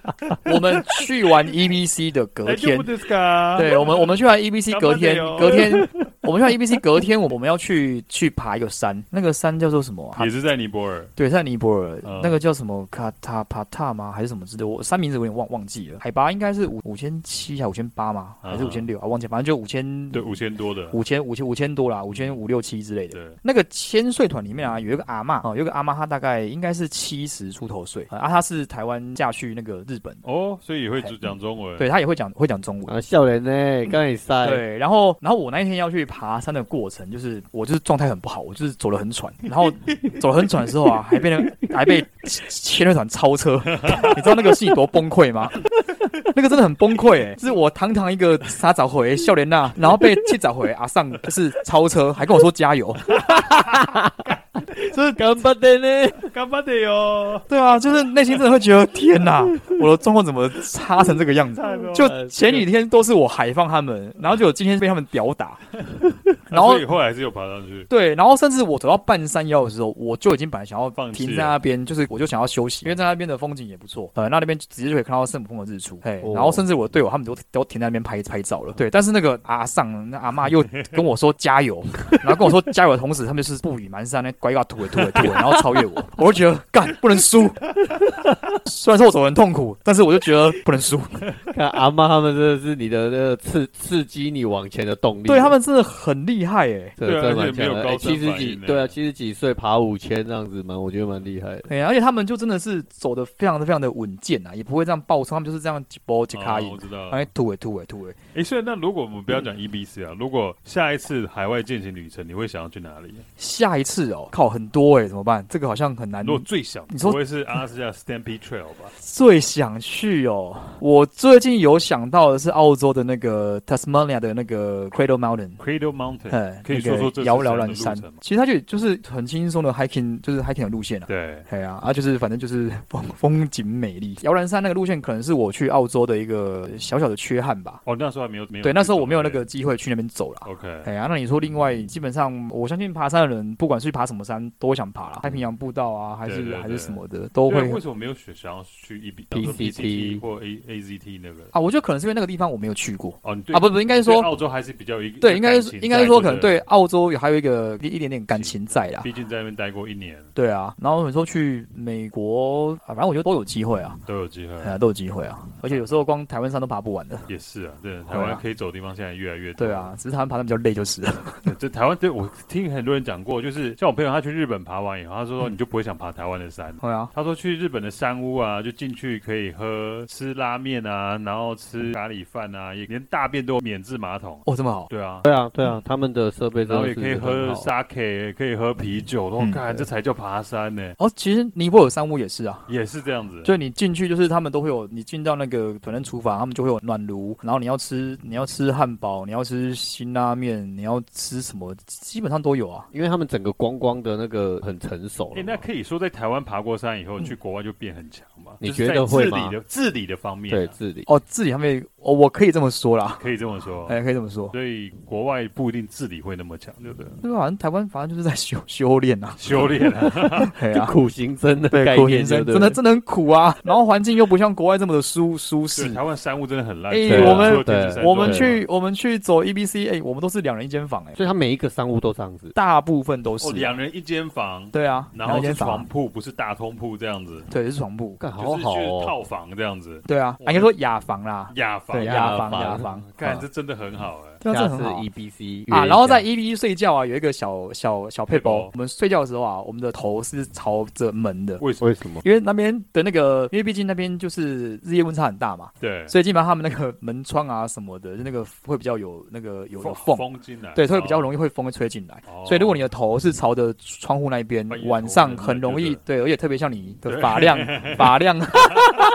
Speaker 1: 我们去完 EBC 的隔
Speaker 2: 嗯哎，就
Speaker 1: 天
Speaker 2: 不，ですか
Speaker 1: 对我们我们去完 EBC 隔天
Speaker 2: 干嘛的哟，哦
Speaker 1: 隔天我们去完 EBC 隔天，我我们要去去爬一个山，那个山叫做什么啊、
Speaker 2: 也是在尼泊尔，
Speaker 1: 对，在尼泊尔，
Speaker 2: 嗯
Speaker 1: 那个叫什么卡塔帕塔吗？还是什么之类的？我山名字我有点忘忘记了，海拔应该是五五千七还是五千八吗？还是
Speaker 2: 嗯
Speaker 1: 五千六啊？忘记了，反正就五千
Speaker 2: 对，五千多的，
Speaker 1: 五千五千五千多啦，五千五六七之类的。
Speaker 2: 对，
Speaker 1: 那个千岁团里面啊，有一个阿嬷啊、哦，有一个阿嬷，她大概应该是七十出头岁、呃啊，她是台湾嫁去那个日本，
Speaker 2: 哦，所以也会讲中文，，
Speaker 1: 对她也会讲会讲中文。
Speaker 4: 啊，笑人呢，
Speaker 2: 嗯
Speaker 4: 刚才塞，
Speaker 1: 对，然后，然后我那一天要去爬山的过程，就是我就是状态很不好，我就是走得很喘，然后走得很喘的时候啊，还被人还被千人团超车， 你知道那个是有多崩溃吗？那个真的很崩溃、欸，就是我堂堂一个沙早回笑莲娜，然后被七早回阿尚就是超车，还跟我说加油，
Speaker 4: 这干巴的呢，
Speaker 2: 干巴的哟，
Speaker 1: 对啊，就是内心真的会觉得天哪，我的状况怎么差成这个样子？啊就前几天都是我海放他们，然后就今天被他们屌打，然后
Speaker 2: 啊所以后来还是有爬上去，
Speaker 1: 对，然后甚至我走到半山腰的时候，我就已经本来想要
Speaker 2: 放弃
Speaker 1: 停
Speaker 2: 了
Speaker 1: 在那边，就是我就想要休息，因为在那边的风景也不错，呃，那那边直接就可以看到圣母峰的日出，嘿，
Speaker 4: 哦
Speaker 1: 然后甚至我的队友他们都都停在那边拍拍照了，对，但是那个阿尚那阿嬷又跟我说加 油，然后跟我说加油的同时，他们就是步履蹒跚，那拐一吐了吐了吐了，然后超越我， 我就觉得干不能 输，虽然说我走得很痛苦，但是我就觉得不能输，
Speaker 4: 看阿妈他们真的是你的那个刺刺激你往前的动力，
Speaker 1: 对他们真的很厉厉害哎、
Speaker 3: 这
Speaker 2: 对啊
Speaker 3: 这
Speaker 2: 而
Speaker 3: 蛮
Speaker 2: 且没
Speaker 3: 强
Speaker 2: 有
Speaker 3: 的，
Speaker 2: 高
Speaker 3: 哎
Speaker 2: 山
Speaker 3: 七十
Speaker 2: 反
Speaker 3: 几
Speaker 2: 应呢
Speaker 3: 对啊，七十几岁爬五千这样子蛮，我觉得蛮厉害的。
Speaker 1: 对啊，而且他们就真的是走的非常的非常的稳健啊，也不会这样爆冲，他们就是这样几波几卡
Speaker 2: 哦我
Speaker 1: 赢，
Speaker 2: 知道。
Speaker 1: 哎突哎突哎突哎，
Speaker 2: 哎，所以那如果我们不要
Speaker 1: 嗯
Speaker 2: 讲 EBC 啊，如果下一次海外践行旅程，你会想要去哪里？
Speaker 1: 下一次哦，靠很多哎、怎么办？这个好像很难
Speaker 2: 如。果最想，
Speaker 1: 你说
Speaker 2: 不会是阿拉斯加 Stampede Trail 吧？
Speaker 1: 最想去哦，我最近有想到的是澳洲的那个 Tasmania 的那个 Cradle Mountain。
Speaker 2: Cradle Mountain，
Speaker 1: 哎，
Speaker 2: 可以
Speaker 1: 那
Speaker 2: 说
Speaker 1: 个
Speaker 2: 说这是
Speaker 1: 摇
Speaker 2: 山
Speaker 1: 摇
Speaker 2: 的
Speaker 1: 篮
Speaker 2: 路
Speaker 1: 山
Speaker 2: 程吗，
Speaker 1: 其实它就就是很轻松的 hiking，就是 hiking 的路线啊。
Speaker 2: 对，
Speaker 1: 哎呀，啊，就是反正就是风风景美丽。摇篮山那个路线可能是我去澳洲的一个小小的缺憾吧。
Speaker 2: 哦，那时候还没有没有，
Speaker 1: 对，那时候我没有那个机会去那边走啦。
Speaker 2: OK，
Speaker 1: 哎呀，那你说另外，基本上我相信爬山的人，不管是爬什么山，都会想爬啦，太平洋步道啊，还
Speaker 2: 对对
Speaker 1: 是
Speaker 2: 对
Speaker 1: 还是什么的，都
Speaker 2: 对啊
Speaker 1: 会
Speaker 2: 为什么没有选想要去 EB
Speaker 3: PCT
Speaker 2: PCT 或 A AZT 那个？
Speaker 1: 啊。我觉得可能是因为那个地方我没有去过
Speaker 2: 哦，你对
Speaker 1: 啊，不不，应该是
Speaker 2: 对
Speaker 1: 说
Speaker 2: 澳洲还是比较有一个
Speaker 1: 对，应该
Speaker 2: 感
Speaker 1: 是
Speaker 2: 情
Speaker 1: 应该
Speaker 2: 在
Speaker 1: 是说
Speaker 2: 就
Speaker 1: 可能
Speaker 2: 对
Speaker 1: 对
Speaker 2: 了，
Speaker 1: 澳洲还有一个一一点点感情在啦。
Speaker 2: 毕竟在那边待过一年，
Speaker 1: 对啊，然后有时候去美国啊，反正我觉得都有机会啊，
Speaker 2: 都有机会
Speaker 1: 哎。呀，都有机会啊。而且有时候光台湾山都爬不完的。
Speaker 2: 也是啊，对，
Speaker 1: 啊
Speaker 2: 台湾可以走的地方现在越来越多。
Speaker 1: 对啊，只是台湾爬的比较累就是了。
Speaker 2: 对，这台湾对我听很多人讲过，就是像我朋友他去日本爬完以后，他
Speaker 3: 嗯
Speaker 2: 说你就不会想爬台湾的山。
Speaker 1: 对啊，
Speaker 2: 他说去日本的山屋啊，就进去可以喝吃拉面啊，然后吃咖喱饭啊，也连大便都有免治马桶。
Speaker 1: 哦，这么好，
Speaker 2: 对啊，
Speaker 3: 对啊，对啊，他们的设备真
Speaker 2: 然后
Speaker 3: 的
Speaker 2: 也
Speaker 3: 是
Speaker 2: 可以喝
Speaker 3: 很好。
Speaker 2: sake，可以喝啤酒。我
Speaker 1: 嗯
Speaker 2: 看这才叫爬山呢，
Speaker 1: 哦，其实尼泊尔山屋也是啊。
Speaker 2: 也是这样子。
Speaker 1: 就你进去，就是他们都会有，你进到那个反正厨房，他们就会有暖炉，然后你要吃，你要吃汉堡，你要吃辛拉面，你要吃什么，基本上都有啊。
Speaker 3: 因为他们整个观光的那个很成熟
Speaker 2: 哎、
Speaker 3: 了嘛，
Speaker 2: 那可以说在台湾爬过山以后，
Speaker 1: 嗯
Speaker 2: 去国外就变很强嘛？
Speaker 3: 你
Speaker 2: 就是
Speaker 3: 觉得
Speaker 2: 在
Speaker 3: 会
Speaker 2: 治
Speaker 3: 吗
Speaker 2: 理的治理的方面、
Speaker 3: 对
Speaker 2: 啊，
Speaker 3: 治理，
Speaker 1: 哦，自己方面，哦，我可以这么说啦，
Speaker 2: 可以这么说。
Speaker 1: 哎，可以这么说。
Speaker 2: 所以国外不一定治理会那么强，对不对？
Speaker 1: 对，好像台湾反正就是在 修修炼啊，
Speaker 2: 修炼、啊，
Speaker 1: 对
Speaker 3: 就
Speaker 1: 啊，
Speaker 3: 苦行僧的概
Speaker 1: 对，苦
Speaker 3: 念，
Speaker 1: 行
Speaker 3: 对
Speaker 1: 僧
Speaker 3: 不
Speaker 1: 真的
Speaker 3: 对？
Speaker 1: 真的很苦啊，然后环境又不像国外这么的舒舒
Speaker 2: 对，
Speaker 1: 适。
Speaker 2: 台湾山屋真的很烂。
Speaker 1: 哎
Speaker 2: 除了
Speaker 1: 我们
Speaker 2: 除了天子山
Speaker 1: 我们
Speaker 2: 庄
Speaker 1: 去我们去走 E B C，哎，我们都是两人一间房，哎，
Speaker 3: 所以他每一个商务都这样子，
Speaker 1: 大部分都
Speaker 2: 哦，
Speaker 1: 是啊。
Speaker 2: 两人一间房，
Speaker 1: 对啊，
Speaker 2: 然
Speaker 1: 两
Speaker 2: 后
Speaker 1: 人一
Speaker 2: 是
Speaker 1: 间房
Speaker 2: 床
Speaker 1: 啊，
Speaker 2: 铺，不是大通铺这样子，
Speaker 1: 对，是床铺。
Speaker 3: 干
Speaker 2: 就
Speaker 3: 好
Speaker 2: 是
Speaker 3: 好
Speaker 2: 去
Speaker 3: 哦，
Speaker 2: 套房这样子，
Speaker 1: 对啊，
Speaker 2: 我
Speaker 1: 啊应该说雅房啦，
Speaker 2: 雅嗯房
Speaker 1: 对，。
Speaker 3: 雅
Speaker 1: 雅
Speaker 3: 房
Speaker 1: 房雅房，
Speaker 2: 看
Speaker 1: 啊
Speaker 2: 这真的很好哎。
Speaker 1: 对啊，
Speaker 3: 下
Speaker 1: 这
Speaker 3: 次
Speaker 1: 很好啊
Speaker 3: EBC
Speaker 1: 啊。
Speaker 3: 约一
Speaker 1: 然后
Speaker 3: 下
Speaker 1: 在 E B 睡觉啊，有一个小小小配
Speaker 2: 配
Speaker 1: 包
Speaker 2: 包，
Speaker 1: 我们睡觉的时候啊，我们的头是朝着门的。
Speaker 2: 为什么？
Speaker 3: 为什么？
Speaker 1: 因为那边的那个，因为毕竟那边就是日夜温差很大嘛，
Speaker 2: 对，
Speaker 1: 所以基本上他们那个门窗啊什么的，就那个会比较有那个有有缝，
Speaker 2: 风进来，
Speaker 1: 对，所以比较
Speaker 2: 易。
Speaker 1: 容易会风会吹进来。
Speaker 2: 哦
Speaker 1: 所以如果你的头是朝着窗户那边
Speaker 2: 半夜，头
Speaker 1: 晚上很容易
Speaker 2: 对
Speaker 1: 对，而且特别像你的
Speaker 2: 对
Speaker 1: 发量发量，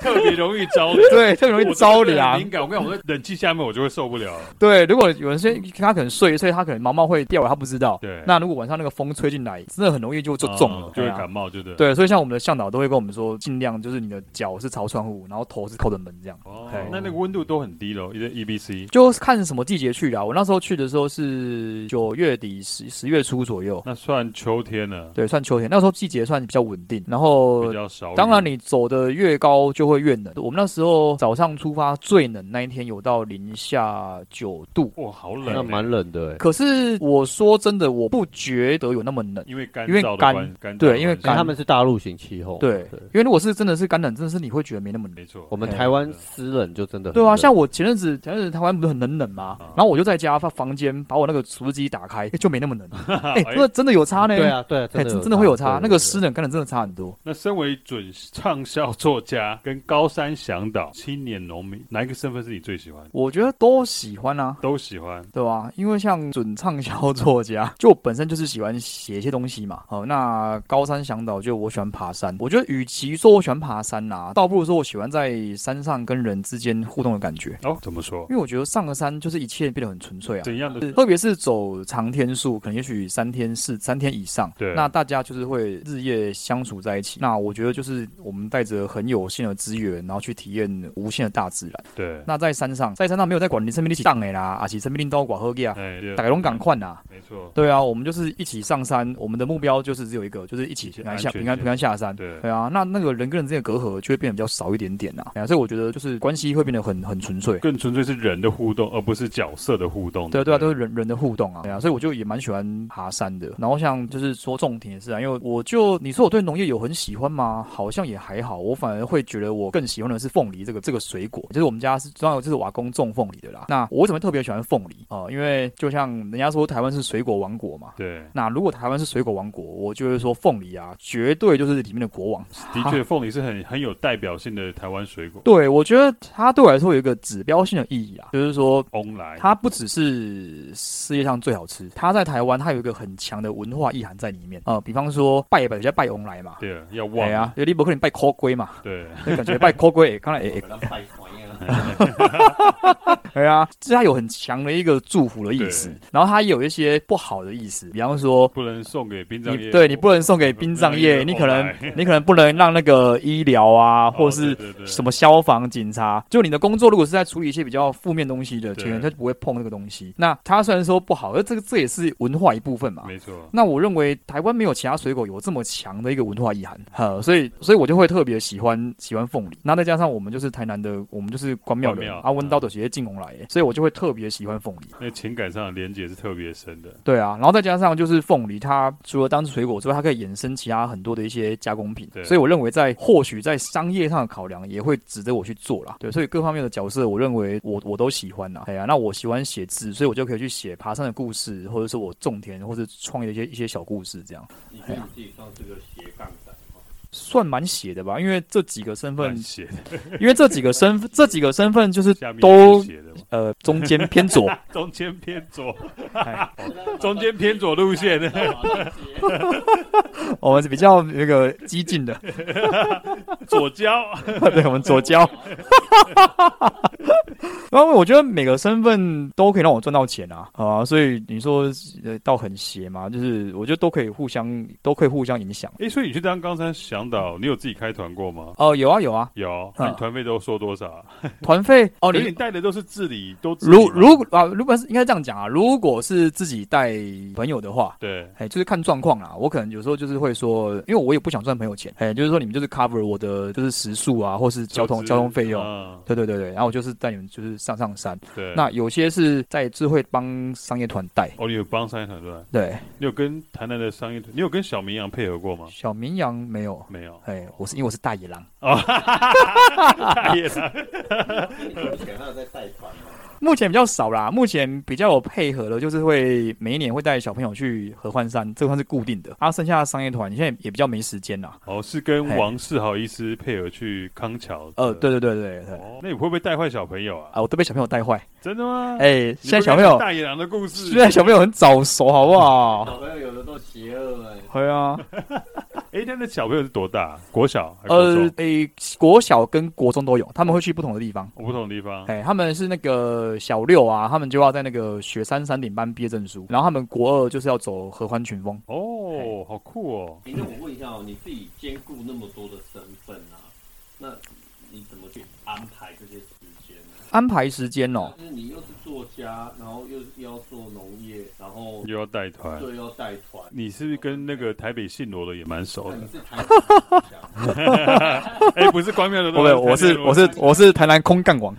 Speaker 2: 特别容易着凉，
Speaker 1: 对，特别容易着
Speaker 2: 我真的很
Speaker 1: 凉
Speaker 2: 敏。感，我跟你讲，我在冷气下面我就会受不了了。
Speaker 1: 对，如果有人睡，他可能睡一睡，他可能毛毛会掉，他不知道。
Speaker 2: 对，
Speaker 1: 那如果晚上那个风吹进来，真的很容易就就中了
Speaker 2: 嗯，就会
Speaker 1: 哎呀
Speaker 2: 感冒，对不对？
Speaker 1: 对，所以像我们的向导都会跟我们说，尽量就是你的脚是朝窗户，然后头是靠着门这样。
Speaker 2: 哦
Speaker 1: 哎，
Speaker 2: 那那个温度都很低喽，一个 E EBC，
Speaker 1: 就是看什么季节去的啊、我那时候去的时候是九月底十十月初左右，
Speaker 2: 那算秋天了，
Speaker 1: 对，算秋天。那时候季节算比较稳定，然后
Speaker 2: 比较少雨。
Speaker 1: 呃当然你走的越高就会越冷。我们那时候早上出发最冷那一天有到零下九度，
Speaker 2: 哇，好冷欸，
Speaker 3: 那蛮冷的哎，
Speaker 1: 可是我说真的，我不觉得有那么冷。
Speaker 2: 因为干
Speaker 1: 因为
Speaker 2: 燥的
Speaker 1: 干
Speaker 2: 关干燥
Speaker 1: 对
Speaker 2: 的
Speaker 1: 因为
Speaker 2: 关系
Speaker 3: 因为他们是大陆型气候，
Speaker 1: 对，因为如果是真的是干冷，真的是你会觉得没那么冷。
Speaker 2: 没错，嗯
Speaker 3: 我们
Speaker 1: 哎
Speaker 3: 台湾湿冷就真的很
Speaker 1: 对啊，
Speaker 3: 冷
Speaker 1: 像我前阵子前阵子台湾不是很冷冷吗？
Speaker 2: 啊
Speaker 1: 然后我就在家房房间把我那个除湿机打开，欸就没那么冷。哎，
Speaker 2: 哎
Speaker 1: 真的真的有差呢。
Speaker 3: 对，啊对啊，
Speaker 1: 哎，
Speaker 3: 真的
Speaker 1: 真真的会有
Speaker 3: 对
Speaker 1: 差
Speaker 3: 对，
Speaker 1: 那个
Speaker 3: 对
Speaker 1: 湿冷干冷真的差很多。
Speaker 2: 那身为准畅销作家、 跟高山向导、青年农民，哪一个身份是你最喜欢？
Speaker 1: 我觉得都喜欢啊。
Speaker 2: 都喜欢。
Speaker 1: 对吧、因为像准畅销作家， 就我本身就是喜欢写一些东西嘛。好，那高山向导就我喜欢爬山，我觉得与其说我喜欢爬山啦、倒不如说我喜欢在山上跟人之间互动的感觉。
Speaker 2: 哦，怎么说？
Speaker 1: 因为我觉得上了山就是一切变得很纯粹啊。
Speaker 2: 怎样的？
Speaker 1: 特别是走长天数，可能也许三天四三天以上，
Speaker 2: 对
Speaker 1: 那大家就是会日夜相处在一起。那我觉得就是我们带着很有限的资源，然后去体验无限的大自然。
Speaker 2: 对，
Speaker 1: 那在山上，在山上没有在管你身边的起荡哎啦，啊，起身边拎刀寡喝啊，
Speaker 2: 哎，对
Speaker 1: 打龙港，快呐。
Speaker 2: 没错，
Speaker 1: 对啊，我们就是一起上山，我们的目标就是只有一个，就是一起
Speaker 2: 一起
Speaker 1: 平安
Speaker 2: 安
Speaker 1: 下
Speaker 2: 全
Speaker 1: 平安
Speaker 2: 下
Speaker 1: 平安下山。
Speaker 2: 对。
Speaker 1: 对啊，那那个人跟人之间的隔阂就会变得比较少一点点呐、啊。所以我觉得就是关系会变得很很纯粹。
Speaker 2: 更纯粹是人的互动，而不是角色的互动。
Speaker 1: 对啊，对啊，都
Speaker 2: 不
Speaker 1: 是人人的互动啊，对啊，所以我就也蛮喜欢爬山的。然后像就是说种田也是啊，因为我就你说我对农业有很喜欢吗？好像也还好，我反而会觉得我更喜欢的是凤梨这个这个水果，就是我们家是主要就是瓦工种凤梨的啦。那我为什么特别喜欢凤梨啊、呃因为就像人家说台湾是水果王国嘛。
Speaker 2: 对，
Speaker 1: 那如果台湾是水果王国，我就会说凤梨啊，绝对就是里面的国王。
Speaker 2: 的确，凤梨是很很有代表性的台湾水果。
Speaker 1: 对，我觉得它对我来说有一个指标性的意义啊，就是说
Speaker 2: 翁来，
Speaker 1: 它不只是世界上最好吃，它在台湾它有一个很强的文化意涵在里面啊、呃比方说拜拜，人家拜翁来嘛，
Speaker 2: 对，要旺
Speaker 1: 对，啊，有李伯克林拜抠龟嘛，
Speaker 2: 对，
Speaker 1: 就感觉拜抠龟，刚才也
Speaker 4: 有人拜款啊，
Speaker 1: 对啊，这它有很强的一个祝福的意思
Speaker 2: 对，
Speaker 1: 然后它也有一些不好的意思，比方说。
Speaker 2: 不能送给殡葬
Speaker 1: 你
Speaker 2: 业，
Speaker 1: 对你不能送给殡葬业，
Speaker 2: 殡葬业
Speaker 1: 你可能
Speaker 2: 后
Speaker 1: 你可能不能让那个医疗啊，
Speaker 2: 哦
Speaker 1: 或是
Speaker 2: 对对对
Speaker 1: 什么消防、警察，就你的工作如果是在处理一些比较负面东西的，
Speaker 2: 对
Speaker 1: 可能他就不会碰那个东西。那它虽然说不好，而这个这也是文化一部分嘛。
Speaker 2: 没错，
Speaker 1: 那我认为台湾没有其他水果有这么强的一个文化意涵，哈，所以所以我就会特别喜欢喜欢凤梨。那再加上我们就是台南的，我们就是关庙
Speaker 2: 关
Speaker 1: 人
Speaker 2: 庙，嗯
Speaker 1: 阿温刀的直接进红来，所以我就会特别喜欢凤梨。
Speaker 2: 那情感上的连接是特别深的。
Speaker 1: 对啊，然后再加上就是凤梨，它除了当水果之外，它可以衍生其他很多的一些加工品
Speaker 2: 对，
Speaker 1: 所以我认为在或许在商业上的考量也会值得我去做
Speaker 4: 嗯
Speaker 1: 啦。对，所以各方面的角色，我认为我我都喜欢啦。哎呀、那我喜欢写字，所以我就可以去写爬山的故事，或者是我种田或者创业的一些一些小故事，这样哎
Speaker 4: 你觉得你自己算是个斜杠仔吗？
Speaker 1: 算蛮写的吧。因为这几个身 份
Speaker 2: 蛮，写的，
Speaker 1: 因为这几个身这几个身份就是
Speaker 2: 下面
Speaker 1: 都
Speaker 2: 是写的嘛，
Speaker 1: 呃中间偏左，
Speaker 2: 中间偏左，
Speaker 1: 哎
Speaker 2: 中间偏左路线 的，
Speaker 1: 我们是比较那个激进的，
Speaker 2: 左交，
Speaker 1: 对，我们左交。然后我觉得每个身份都可以让我赚到钱啊，啊、所以你说呃到很邪嘛，就是我觉得都可以互相都可以互相影响。
Speaker 2: 哎，所以你去当冈山向导，你有自己开团过吗？
Speaker 1: 哦、有啊有啊，
Speaker 2: 有，
Speaker 1: 啊
Speaker 2: 那你团费都收多少啊？
Speaker 1: 团 费哦，
Speaker 2: 可是你
Speaker 1: 你
Speaker 2: 带的都是自理，都自理
Speaker 1: 如
Speaker 2: 吗
Speaker 1: 如果啊，如果是应该这样讲啊，如果是自己带朋友的话。
Speaker 2: 对
Speaker 1: 哎，就是看状况啦。我可能有时候就是会说，因为我也不想赚朋友钱，哎，就是说你们就是 cover 我的就是食宿啊，或是交通
Speaker 2: 就是
Speaker 1: 交通费用，
Speaker 2: 嗯
Speaker 1: 对对对对。然后我就是带你们就是上上山，
Speaker 2: 对，
Speaker 1: 那有些是在智慧帮商业团带，
Speaker 2: 哦，你有帮商业团对吧？
Speaker 1: 对，
Speaker 2: 你有跟台南的商业团，你有跟小绵羊配合过吗？
Speaker 1: 小绵羊没有。
Speaker 2: 没有，
Speaker 1: 哎，我是因为我是大野狼，
Speaker 2: 大野狼
Speaker 4: 你目前还有在带团吗？
Speaker 1: 目前比较少啦。目前比较有配合的，就是会每一年会带小朋友去合欢山，这个算是固定的。啊，剩下的商业团现在也比较没时间啦。
Speaker 2: 哦，是跟
Speaker 1: 嘿
Speaker 2: 王世豪医师配合去康桥。
Speaker 1: 哎呃，对。对对对对，
Speaker 2: 哦，那你会不会带坏小朋友啊？
Speaker 1: 啊，我都被小朋友带坏。
Speaker 2: 真的吗？
Speaker 1: 哎，
Speaker 2: 啊你
Speaker 1: 现在
Speaker 2: 不
Speaker 1: 小
Speaker 2: 该
Speaker 1: 朋友，
Speaker 2: 看大野狼的故事
Speaker 1: 现。在小朋友很早熟，好不好？
Speaker 4: 小朋友有的都邪恶哎，
Speaker 1: 对啊，
Speaker 2: 哎，那那小朋友是多大？国小？还是国
Speaker 1: 呃
Speaker 2: 中，
Speaker 1: 诶，国小跟国中都有，他们会去不同的地方。
Speaker 2: 我不同的地方。
Speaker 1: 哎、他们是那个小六啊，他们就要在那个雪山山顶班毕业证书，然后他们国二就是要走合欢群峰。
Speaker 2: 哦，好酷哦！
Speaker 4: 诶那我问一下哦，你自己兼顾那么多的身份啊，那你怎么去安排这些时间呢？
Speaker 1: 安排时间哦，
Speaker 4: 就是你又是作家，然后又又要做农业，然后
Speaker 2: 又要带团，
Speaker 4: 又要带团，
Speaker 2: 你是不是跟那个台北信罗的也蛮熟
Speaker 4: 那
Speaker 2: 的
Speaker 4: 你？是台北人啊
Speaker 2: 哎，不是关庙的，
Speaker 1: 不对，我是我是我是台南空干王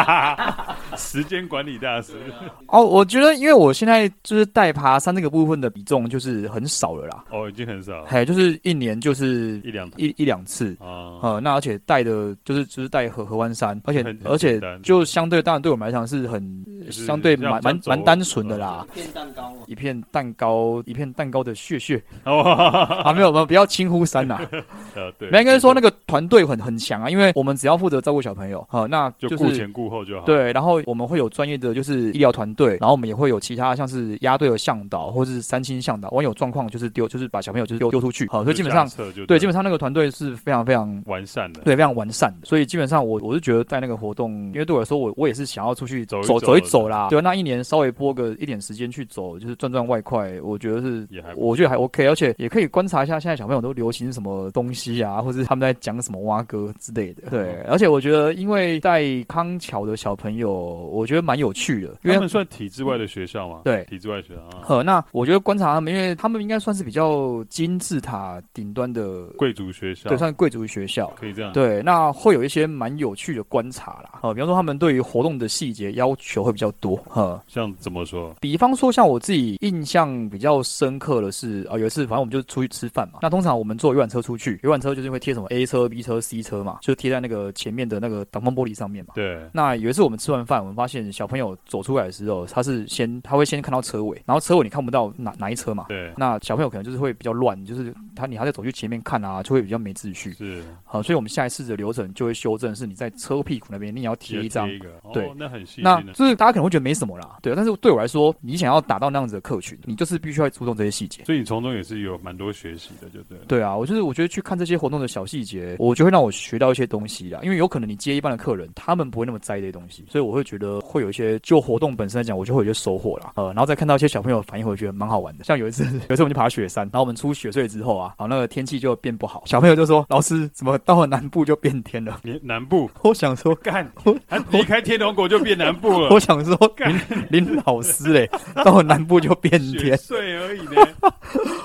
Speaker 2: 时间管理大师
Speaker 4: 对啊，
Speaker 1: 哦。我觉得因为我现在就是带爬山这个部分的比重就是很少了啦，
Speaker 2: 哦，已经很少
Speaker 1: 哎，就是一年就是
Speaker 2: 一两
Speaker 1: 一一两次。
Speaker 2: 啊，
Speaker 1: 呃，那而且带的就是就是带合合欢山，而且
Speaker 2: 很很
Speaker 1: 而且
Speaker 2: 简单
Speaker 1: 就相对当然对我们来讲是很
Speaker 2: 就是
Speaker 1: 相对
Speaker 2: 这样
Speaker 1: 蛮
Speaker 2: 这样
Speaker 1: 蛮
Speaker 2: 走
Speaker 1: 蛮单纯的啦
Speaker 4: 一，片蛋糕嘛，
Speaker 1: 一片蛋糕一片蛋糕的屑屑，
Speaker 2: 哦，
Speaker 1: 啊，没有没有，不要轻忽山呐、
Speaker 2: 呃对，
Speaker 1: 没有应该是说那
Speaker 2: 个
Speaker 1: 个团队很很强啊，因为我们只要负责照顾小朋友啊、那
Speaker 2: 就是顾前顾后就好。，
Speaker 1: 对，然后我们会有专业的就是医疗团队，然后我们也会有其他像是压队的向导或是三星向导，万一有状况就是丢，就是把小朋友就是丢丢出去，好、所以基本上
Speaker 2: 就
Speaker 1: 对基本上那个团队是非常非常。
Speaker 2: 完善的。
Speaker 1: 对，非常完善的，所以基本上我我是觉得在那个活动，因为对我来说，我我也是想要出去
Speaker 2: 走一
Speaker 1: 走
Speaker 2: 走
Speaker 1: 一走啦。对，啊那一年稍微拨个一点时间去走，就是转转外快，我觉得是
Speaker 2: 也还不
Speaker 1: 我觉得还 OK，而且也可以观察一下现在小朋友都流行什么东西啊，或是他们在讲什么蛙歌之类的。对，
Speaker 2: 哦
Speaker 1: 而且我觉得因为在康桥的小朋友，我觉得蛮有趣的，因
Speaker 2: 他
Speaker 1: 为
Speaker 2: 们。算体制外的学校吗？
Speaker 1: 对
Speaker 2: 体制外学校啊，
Speaker 1: 呃，那我觉得观察他们，因为他们应该算是比较金字塔顶端的，
Speaker 2: 贵族学校
Speaker 1: 对，，算贵族学校。
Speaker 2: 可以这样。
Speaker 1: 对，那会有一些蛮有趣的观察啦。呃，比方说他们对于活动的细节要求会比较多。呃，
Speaker 2: 像怎么说？
Speaker 1: 比方说，像我自己印象比较深刻的是，啊、有一次反正我们就出去吃饭嘛。那通常我们坐游览车出去，游览车就是会贴什么 A 车、B 车、C 车嘛，就贴在那个前面的那个挡风玻璃上面嘛。
Speaker 2: 对，
Speaker 1: 那有一次我们吃完饭，我们发现小朋友走出来的时候，他是先他会先看到车尾，然后车尾你看不到哪哪一车嘛，
Speaker 2: 对，
Speaker 1: 那小朋友可能就是会比较乱，就是他你还在走去前面看啊，就会比较没秩序。
Speaker 2: 是
Speaker 1: 好，所以我们下一次的流程就会修正，是你在车屁股那边你也要贴一张
Speaker 2: 也贴一个，哦
Speaker 1: 对
Speaker 2: 那很细
Speaker 1: 那
Speaker 2: 心的，
Speaker 1: 就是大家可能会觉得没什么啦，对，啊但是对我来说，你想要达到那样子的客群，你就是必须要注重这些细节。
Speaker 2: 所以你从中也是有蛮多学习的，就对了。
Speaker 1: 对啊，我就是我觉得去看这些活动的小细节，我就会让我学到一些东西啦。因为有可能你接一般的客人，他们不会那么在意这些东西，所以我会觉得会有一些就活动本身来讲，我就会有一些收获啦。呃，然后再看到一些小朋友的反应，我觉得蛮好玩的。像有一次， 有一次我们去爬雪山，然后我们出雪隧之后啊，然后那个天气就变不好，小朋友就说：“老师，怎么到了南部就变天了
Speaker 2: 你南部？”
Speaker 1: 我想说，
Speaker 2: 干，他离开天龙国就变南部了
Speaker 1: 我，想说， 林林老师嘞，到了南部就变
Speaker 2: 雪
Speaker 1: 天。
Speaker 2: 碎而已 呢。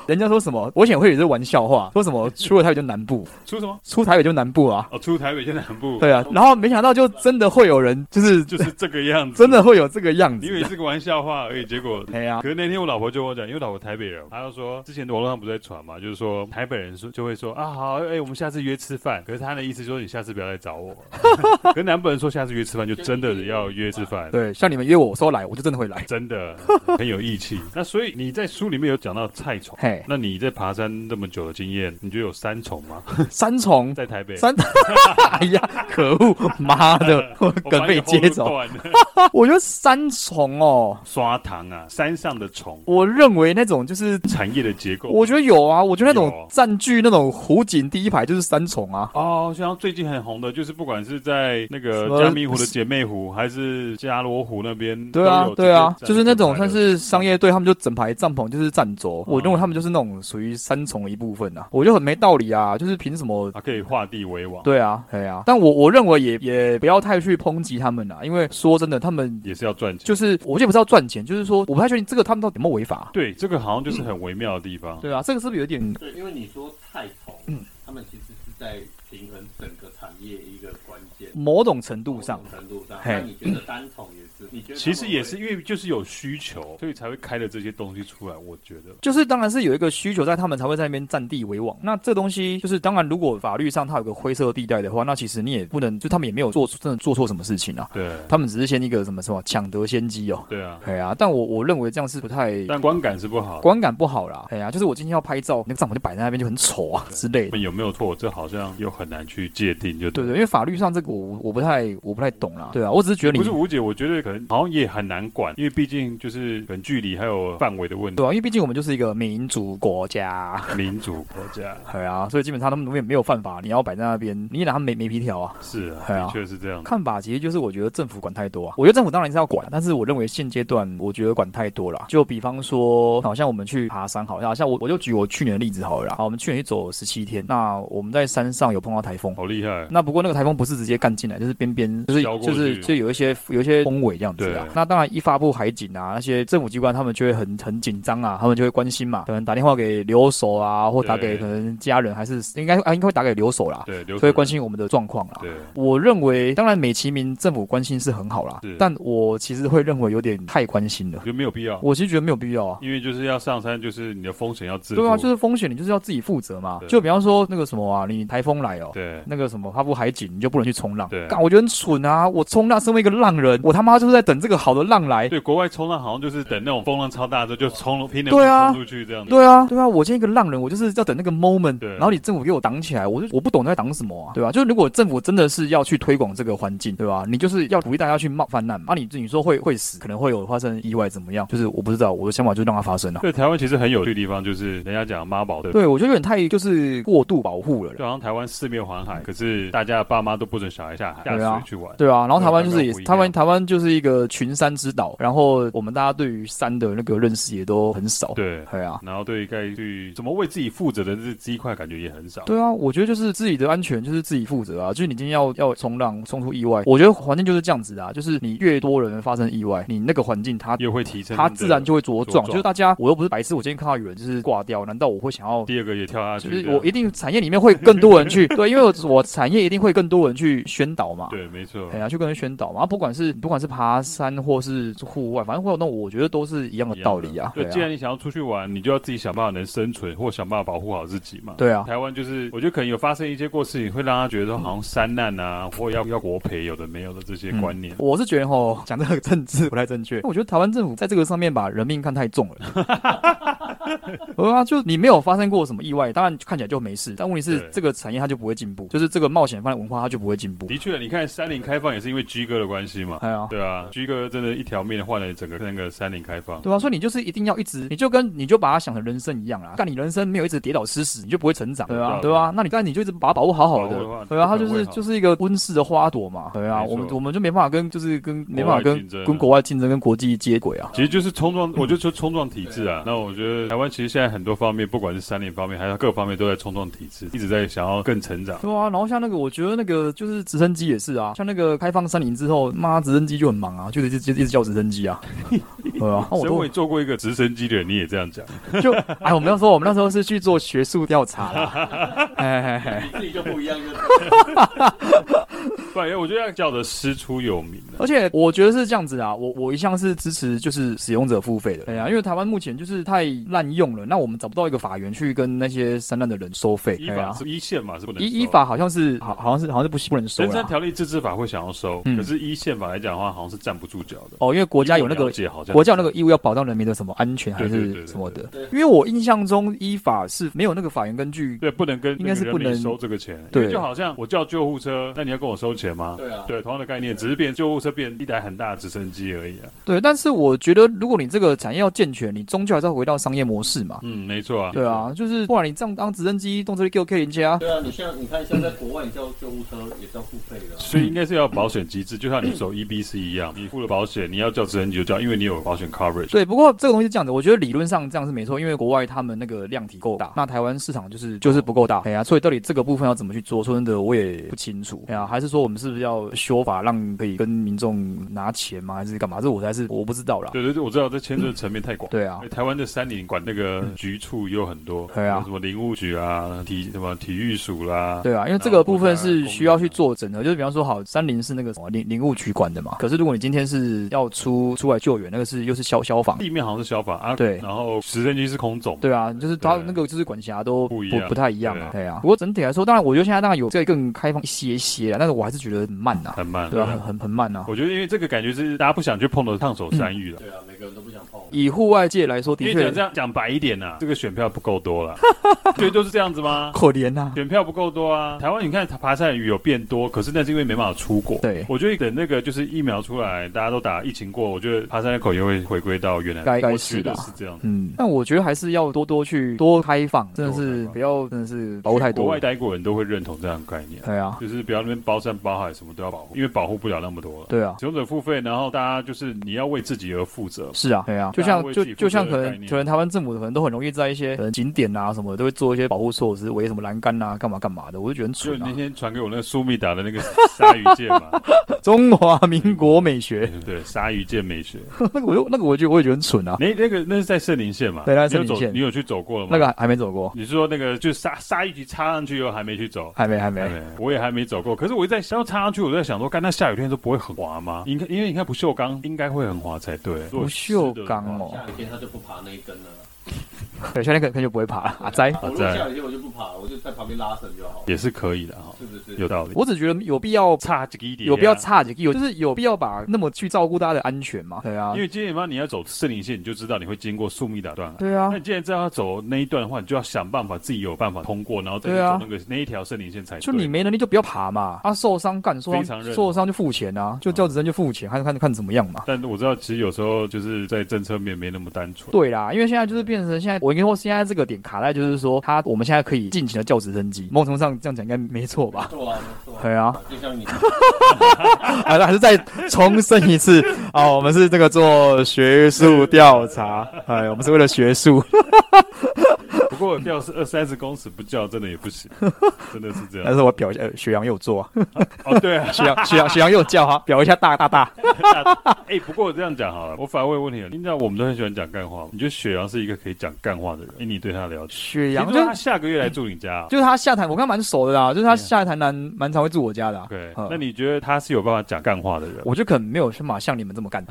Speaker 1: 人家说什么，我以前会有这玩笑话，说什么出了台北就南部，
Speaker 2: 出什么？
Speaker 1: 出台北就南部啊，
Speaker 2: 哦，出台北就南部，
Speaker 1: 对啊，然后没想到就真的会有人，就是
Speaker 2: 就是这个样子。
Speaker 1: 真的会有这个样
Speaker 2: 你以为
Speaker 1: 子，
Speaker 2: 是个玩笑话而已，结果。
Speaker 1: 哎呀、
Speaker 2: 可是那天我老婆就跟我讲，因为我老婆台北人，她就说之前网络上不是在传嘛，就是说台北人说就会说啊好，哎、我们下次约吃饭。可是她的意思说你下次不要来找我。 可是南部人说下次约吃饭就真的要约吃饭，
Speaker 1: 对，像你们约我说来，我就真的会来，
Speaker 2: 真的很有义气。那所以你在书里面有讲到菜虫，
Speaker 1: 嘿，
Speaker 2: 那你在爬山这么久的经验，你觉得有三虫 吗？
Speaker 1: 三重。
Speaker 2: 在台北，
Speaker 1: 三， 哎呀，可恶，妈 的，我
Speaker 2: 我
Speaker 1: 梗
Speaker 2: 把
Speaker 1: 被
Speaker 2: 你的后路
Speaker 1: 接走。
Speaker 2: 断了
Speaker 1: 我觉得三重哦，
Speaker 2: 刷糖啊，山上的虫
Speaker 1: 我认为那种就是，
Speaker 2: 产业的结构，
Speaker 1: 我觉得有啊，我觉得那
Speaker 2: 有
Speaker 1: 种占据那种湖景第一排就是三重啊，
Speaker 2: 哦，像最近很红的，就是不管是在那
Speaker 1: 什
Speaker 2: 个
Speaker 1: 么
Speaker 2: 加密湖的姐妹湖，还是加罗湖那边，
Speaker 1: 对啊
Speaker 2: 都有，
Speaker 1: 对啊，
Speaker 2: 这个
Speaker 1: 就是那种
Speaker 2: 这
Speaker 1: 算
Speaker 2: 个
Speaker 1: 是商业队，他们就整排帐篷就是站着，我认为他们就是那种属于三重的一部分啊，我就很没道理啊，就是凭什么？
Speaker 2: 啊，可以画地为王，，
Speaker 1: 对啊，对啊，但我我认为也也不要太去抨击他们啊，因为说真的，他们
Speaker 2: 也是要赚钱。
Speaker 1: 就是我也不是要赚钱，就是说我不太确定这个他们到底有没有违法。啊
Speaker 2: 对，这个好像就是很微妙的地方。
Speaker 1: 对啊，这个是不是有点
Speaker 4: 对，因为你说菜虫，
Speaker 2: 嗯
Speaker 4: 他们其实是在平衡整个产业一个关键。
Speaker 1: 某种程度上
Speaker 4: 某种程度上，
Speaker 1: 嘿
Speaker 4: 那你觉得单虫也是？你觉得
Speaker 2: 其实 也是因为就是有需求，所以才会开了这些东西出来。我觉得
Speaker 1: 就是当然是有一个需求在，他们才会在那边占地为王。那这东西就是当然，如果法律上它有个灰色地带的话，那其实你也不能，就他们也没有做出真的做错什么事情啊，
Speaker 2: 对，
Speaker 1: 他们只是先一个什么什么抢得先机哦。
Speaker 2: 对啊，
Speaker 1: 哎呀、但我我认为这样是不太。
Speaker 2: 但观感是不好。
Speaker 1: 观感不好啦，哎呀、就是我今天要拍照，那个帐篷就摆在那边就很丑啊之类的，
Speaker 2: 有没有错？这好像又很难去界定，就
Speaker 1: 对对，因为法律上这个我我不太我不太懂啦，对啊，我只是觉得
Speaker 2: 不
Speaker 1: 你
Speaker 2: 是吴姐，我觉得可能好像也很难管，因为毕竟就是可能距离还有范围的问题
Speaker 1: 对。啊，因为毕竟我们就是一个民主国家，
Speaker 2: 民主国家
Speaker 1: 哎呀、所以基本上他们永远没有犯法，你要摆在那边，你也拿他们没没皮条啊，
Speaker 2: 是啊，
Speaker 1: 对啊
Speaker 2: 的确是这样。
Speaker 1: 看法其实就是我觉得政府管太多啊。我觉得政府当然是要管，但是我认为现阶段我觉得管太多了啊。就比方说，好像我们去爬山，好像好像我我就举我去年的例子好了啦。好，我们去年去走十七天，那我们在山上有碰到台风。
Speaker 2: 好厉害，啊
Speaker 1: 那不过那个台风不是直接干进来，就是边边就是
Speaker 2: 飘过去
Speaker 1: 就是就有一些有一些风尾这样子啊
Speaker 2: 对。
Speaker 1: 那当然一发布海警啊，那些政府机关他们就会很很紧张啊，他们就会关心嘛，可能打电话给留守啊，或打
Speaker 2: 对
Speaker 1: 给可能家人，还是应该啊应该会打给留守啦，
Speaker 2: 对，
Speaker 1: 所
Speaker 2: 流
Speaker 1: 以会关心我们的状况啦。
Speaker 2: 对。
Speaker 1: 我认为，当然美其名政府关心是很好啦
Speaker 2: 是，
Speaker 1: 但我其实会认为有点太关心了
Speaker 2: 我。觉得没有必要，
Speaker 1: 我其实觉得没有必要啊。
Speaker 2: 因为就是要上山，就是你的风险要自负。
Speaker 1: 对啊，就是风险，你就是要自己负责嘛
Speaker 2: 对。
Speaker 1: 就比方说那个什么啊，你台风来哦，
Speaker 2: 对
Speaker 1: 那个什么发布海警，你就不能去冲浪。
Speaker 2: 对
Speaker 1: 干我觉得很蠢啊！我冲浪，身为一个浪人，我他妈就是在等这个好的浪来。
Speaker 2: 对，国外冲浪好像就是等那种风浪超大之后就冲了，拼了
Speaker 1: 对啊
Speaker 2: 冲出去这样子。
Speaker 1: 对啊，对啊，我今天一个浪人，我就是要等那个 moment，
Speaker 2: 对
Speaker 1: 然后你政府给我挡起来，我就我不懂在挡什么啊，对吧、就是如果政府真的是要去推广这个环境，对吧、你就是要鼓励大家去冒泛滥嘛，啊你，你说会会死，可能会有发生意外怎么样？就是我不知道，我的想法就是让它发生啊。
Speaker 2: 对，台湾其实很有趣的地方就是人家讲妈宝的，
Speaker 1: 对，我觉得有点太就是过度保护了啦
Speaker 2: 就好像台湾四面环海，可是大家的爸妈都不准小孩下海
Speaker 1: 对
Speaker 2: 下
Speaker 1: 啊
Speaker 2: 水去玩。
Speaker 1: 对啊，然后台湾就是
Speaker 2: 对
Speaker 1: 也
Speaker 2: 那不一样
Speaker 1: 台湾台湾就是一个群山之岛，然后我们大家对于山的那个认识也都很少。
Speaker 2: 对，
Speaker 1: 对啊，
Speaker 2: 然后对该去怎么为自己负责的这这一块感觉也很少。
Speaker 1: 对啊，我觉得就是自己的安全就是自己负责啊，就是你今天要要冲浪冲出意外，我觉得环境就是这样子的、啊，就是你越多人发生意外，你那个环境它
Speaker 2: 又会提升
Speaker 1: 它自然就会茁
Speaker 2: 茁
Speaker 1: 壮，
Speaker 2: 壮
Speaker 1: 就是大家我又不是白痴，我今天看到有人就是挂掉，难道我会想要？
Speaker 2: 第二个也跳下
Speaker 1: 就
Speaker 2: 去
Speaker 1: 是
Speaker 2: 这样。
Speaker 1: 我一定产业里面会更多人去， 对，因为我我产业一定会更多人去宣导嘛，
Speaker 2: 对，没错
Speaker 1: 哎，呀，去跟人宣导嘛，啊不管是不管是爬爬山或是户外，反正会有那种，我觉得都是一样的道理啊。
Speaker 2: 对，既
Speaker 1: 对啊，
Speaker 2: 然你想要出去玩，你就要自己想办法能生存，或想办法保护好自己嘛。
Speaker 1: 对啊
Speaker 2: 台湾就是，我觉得可能有发生一些过事情，会让他觉得说好像山难啊，或要要国赔，有的没有的这些
Speaker 1: 嗯
Speaker 2: 观念。
Speaker 1: 我是觉得吼，讲这个政治不 太正确。我觉得台湾政府在这个上面把人命看太重了。 对啊，就你没有发生过什么意外，当然看起来就没事。但问题是
Speaker 2: 对，
Speaker 1: 这个产业它就不会进步，就是这个冒险犯文化它就不会进步。
Speaker 2: 的确，你看山林开放也是因为居哥的关系嘛。
Speaker 1: 哎呀，
Speaker 2: 对啊，居哥真的一条命换了整个那个山林开放。
Speaker 1: 对啊，所以你就是一定要一直，你就跟你就把它想成人生一样啦。但你人生没有一直跌倒吃屎，你就不会成长，对
Speaker 2: 对
Speaker 1: 啊，
Speaker 2: 啊
Speaker 1: 对啊。那你但你就一直把它保护好好
Speaker 2: 保护好
Speaker 1: 的，对啊，它就
Speaker 2: 保护
Speaker 1: 是
Speaker 2: 好
Speaker 1: 就是一个温室的花朵嘛，对啊。
Speaker 2: 没错
Speaker 1: 我们我们就没办法跟就是跟没办法跟
Speaker 2: 竞争啊
Speaker 1: 跟国外竞争，跟国际接轨啊。
Speaker 2: 其实就是冲
Speaker 4: 嗯
Speaker 2: 撞，我就说冲撞体制啊。那我觉得台湾其实现在很多方面，不管是山林方面，还有各方面都在冲撞体制，一直在想要更成长。
Speaker 1: 对啊，然后像那个，我觉得那个就是直升机也是啊，像那个开放山林之后，妈直升机就很忙啊，就一直一直叫直升机 啊，对啊，那我
Speaker 2: 身
Speaker 1: 都
Speaker 2: 为做过一个直升机的人，你也这样讲，
Speaker 1: 就哎，我们那时候我们那时候是去做学术调查啦， 哎哎哎，
Speaker 4: 自己就不一样，就是
Speaker 2: 对，我觉得要叫的师出有名啊的、
Speaker 1: 而且我觉得是这样子啊，我我一向是支持就是使用者付费的，对啊，因为台湾目前就是太滥用了，那我们找不到一个法源去跟那些山难的人收费，
Speaker 2: 依
Speaker 1: 对
Speaker 2: 法
Speaker 1: 啊，
Speaker 2: 是一线嘛，是不能
Speaker 1: 依
Speaker 2: 收
Speaker 1: 依。法好像是好好像是好像是不不能收
Speaker 2: 登山
Speaker 1: 啦。
Speaker 2: 条例自治法会想要收，
Speaker 1: 嗯
Speaker 2: 可是依宪法来讲的话，好像是站不住脚的。
Speaker 1: 哦，因为国家有那
Speaker 2: 因为
Speaker 1: 个
Speaker 2: 我了解好像
Speaker 1: 国家有那个义务要保障人民的什么安全还
Speaker 2: 对对对
Speaker 1: 是
Speaker 2: 对
Speaker 1: 什么的
Speaker 4: 对，
Speaker 1: 因为我印象中依法是没有那个法源根据，
Speaker 2: 对，不能跟
Speaker 1: 应该是
Speaker 2: 那个人民
Speaker 1: 不能
Speaker 2: 收这个钱，
Speaker 1: 对
Speaker 2: 因为就好像我叫救护车，那你要跟我收钱吗？
Speaker 4: 对啊
Speaker 2: 对，同样的概念，只是变救护车变一台很大的直升机而已啊。
Speaker 1: 对，但是我觉得如果你这个产业要健全，你终究还是要回到商业模式嘛，
Speaker 2: 嗯，没错啊。
Speaker 1: 对啊，就是不然你这样当直升机动车就给我 K 人家，
Speaker 4: 对啊，你像你看，像在国外，你叫救护车也是要付费的
Speaker 1: 嗯
Speaker 4: 啊、
Speaker 2: 所以应该是要有保险机制，就像你手 EBC 一样，你付了保险，你要叫直升机就叫，因为你有保险 coverage。
Speaker 1: 对，不过这个东西是这样子，我觉得理论上这样是没错，因为国外他们那个量体够大，那台湾市场就是就是不够大，哎呀、所以到底这个部分要怎么去做，说真的我也不清楚，哎呀、还是说我们是不是要修法让可以跟民众拿钱吗，还是干嘛？这我才是我不知道啦。
Speaker 2: 对对对，我知道这牵涉层面太广。
Speaker 1: 对啊嗯
Speaker 2: 因为，台湾的山林管那个局处也有很多，
Speaker 1: 对啊
Speaker 2: 有什么林务局啊、体什么体育署啦、
Speaker 1: 对啊，因为这个部分是需
Speaker 2: 啊
Speaker 1: 要去做整合，就是比方说，好，山林是那个什么林林务局管的嘛，可是如果你今天是要出出来救援，那个是又是消消防，
Speaker 2: 地面好像是消防啊，
Speaker 1: 对
Speaker 2: 然后直升机是空总，
Speaker 1: 对啊，就是它
Speaker 2: 对
Speaker 1: 那个就是管辖都
Speaker 2: 不
Speaker 1: 不
Speaker 2: 一样
Speaker 1: 不太一样啊，
Speaker 2: 对
Speaker 1: 对啊。不过整体来说，当然我觉得现在当然有再更开放一些些啊，但是我还是觉得很慢呐、
Speaker 2: 很慢。
Speaker 1: 对啊，很很很慢呐、
Speaker 2: 我觉得因为这个感觉是大家不想去碰的烫手山芋了。
Speaker 4: 对啊，每个人都不想
Speaker 2: 哦
Speaker 4: 碰。
Speaker 1: 以户外界来说，
Speaker 2: 因
Speaker 1: 嗯的
Speaker 2: 为
Speaker 1: 确
Speaker 2: 讲这样讲白一点呐、这个选票不 够多了，对，就是这样子吗？
Speaker 1: 可怜呐、
Speaker 2: 选票不够多啊！台湾你看爬山的鱼有变多，可是那是因为没办法出国。
Speaker 1: 对
Speaker 2: 我觉得等那个就是疫苗出来，大家都打疫情过，我觉得爬山的口也会回归到原来。
Speaker 1: 该该
Speaker 2: 我
Speaker 1: 是
Speaker 2: 觉得
Speaker 1: 的啊
Speaker 2: 是这样。
Speaker 1: 嗯，但我觉得还是要多多去多开放，真的
Speaker 2: 多开
Speaker 1: 是
Speaker 2: 放
Speaker 1: 不要真的是保护太
Speaker 2: 国
Speaker 1: 多
Speaker 2: 外。待过的人都会认同这样的概念，
Speaker 1: 对啊，
Speaker 2: 就是不要那边包山包海，什么都要保护，因为保护不了那么多了。
Speaker 1: 对啊，
Speaker 2: 使用者付费，然后大家就是你要为自己而负责。
Speaker 1: 是啊，对啊，就
Speaker 2: 大家
Speaker 1: 像
Speaker 2: 为
Speaker 1: 就
Speaker 2: 自己负责
Speaker 1: 就像可
Speaker 2: 的概
Speaker 1: 能
Speaker 2: 念
Speaker 1: 可能台湾政府可能都很容易在一些可能景点啊什么的都会做一些保护措施，围什么栏杆啊干嘛干嘛的，我就觉得很
Speaker 2: 就
Speaker 1: 蠢
Speaker 2: 你
Speaker 1: 啊
Speaker 2: 那。天传给我那个苏密达的那个鲨鱼剑嘛，
Speaker 1: 中华民国美学，
Speaker 2: 对，鲨鱼剑美学，
Speaker 1: 那个我就那个我就我也觉得很蠢啊，
Speaker 2: 那那个那是在圣林县嘛？
Speaker 1: 对那是
Speaker 2: 你
Speaker 1: 圣
Speaker 2: 有走
Speaker 1: 林县
Speaker 2: 你有去走过了吗？
Speaker 1: 那个还没走过。
Speaker 2: 你是说那个就是鲨鲨鱼皮插上去以后还没去走？
Speaker 1: 还没，还没。
Speaker 2: 哎我也还没走过，可是我一在想要插上去，我在想说，干那下雨天都不会很滑吗？应该因为你看不锈钢应该会很滑才对。
Speaker 1: 不锈钢哦，
Speaker 4: 下雨天他就不爬那一根了。
Speaker 1: 对，现在可能可能就不会爬了。阿
Speaker 2: 哦
Speaker 1: 斋，
Speaker 4: 我如果下雨天我就不爬，我就在旁边拉绳就好了，
Speaker 2: 也是可以的哈、
Speaker 4: 是不是？
Speaker 2: 有道理。
Speaker 1: 我只觉得有必要，
Speaker 2: 差几个一点、
Speaker 1: 有必要，差几个，有就是有必要把那么去照顾大家的安全嘛？对啊
Speaker 2: 因，为今天晚上你要走圣林线，你就知道你会经过宿密达段。
Speaker 1: 对啊
Speaker 2: 那，你既然知道要走那一段的话，你就要想办法自己有办法通过，然后再去
Speaker 1: 对啊
Speaker 2: 走那个那一条圣林线才对。
Speaker 1: 就你没能力就不要爬嘛。啊，受伤干受
Speaker 2: 非常认
Speaker 1: 伤
Speaker 2: 同嗯
Speaker 1: 受伤就付钱啊，就叫直升就付钱，看看看怎么样嘛。
Speaker 2: 但我知道，其实有时候就是在政策面没那么单纯。
Speaker 1: 对啦，因为现在就是变成现在，我跟你说，现在这个点卡在就是说，他我们现在可以尽情的叫直升机，某种程度上这样讲应该没错吧？
Speaker 4: 错啊，没错啊。
Speaker 1: 对啊，
Speaker 4: 就像你，
Speaker 1: 还是还是再重申一次 啊、我们是这个做学术调查，哎，我们是为了学术。
Speaker 2: 不过或者掉是二三十公尺不叫，真的也 不行，真的是这
Speaker 1: 但
Speaker 2: 样。
Speaker 1: 是我表一下，呃雪阳有做啊，
Speaker 2: 哦，对啊，
Speaker 1: 雪阳雪阳雪阳有叫哈，表一下大大大，
Speaker 2: 哎、不过我这样讲好了，我反问问题了，哦你知道我们都很喜欢讲干话，你觉得雪阳是一个可以讲干话的人？哎、你对他的了解？
Speaker 1: 雪
Speaker 2: 听
Speaker 1: 阳
Speaker 2: 说
Speaker 1: 就
Speaker 2: 他下个月来住你家、啊
Speaker 1: 就是他下台，我跟他蛮熟的啦，就是他
Speaker 2: Yeah
Speaker 1: 下台南蛮常会住我家的、啊。
Speaker 2: 对
Speaker 1: 嗯，
Speaker 2: 那你觉得他是有办法讲干话的人？
Speaker 1: 我就可能没有像马像你们这么 干，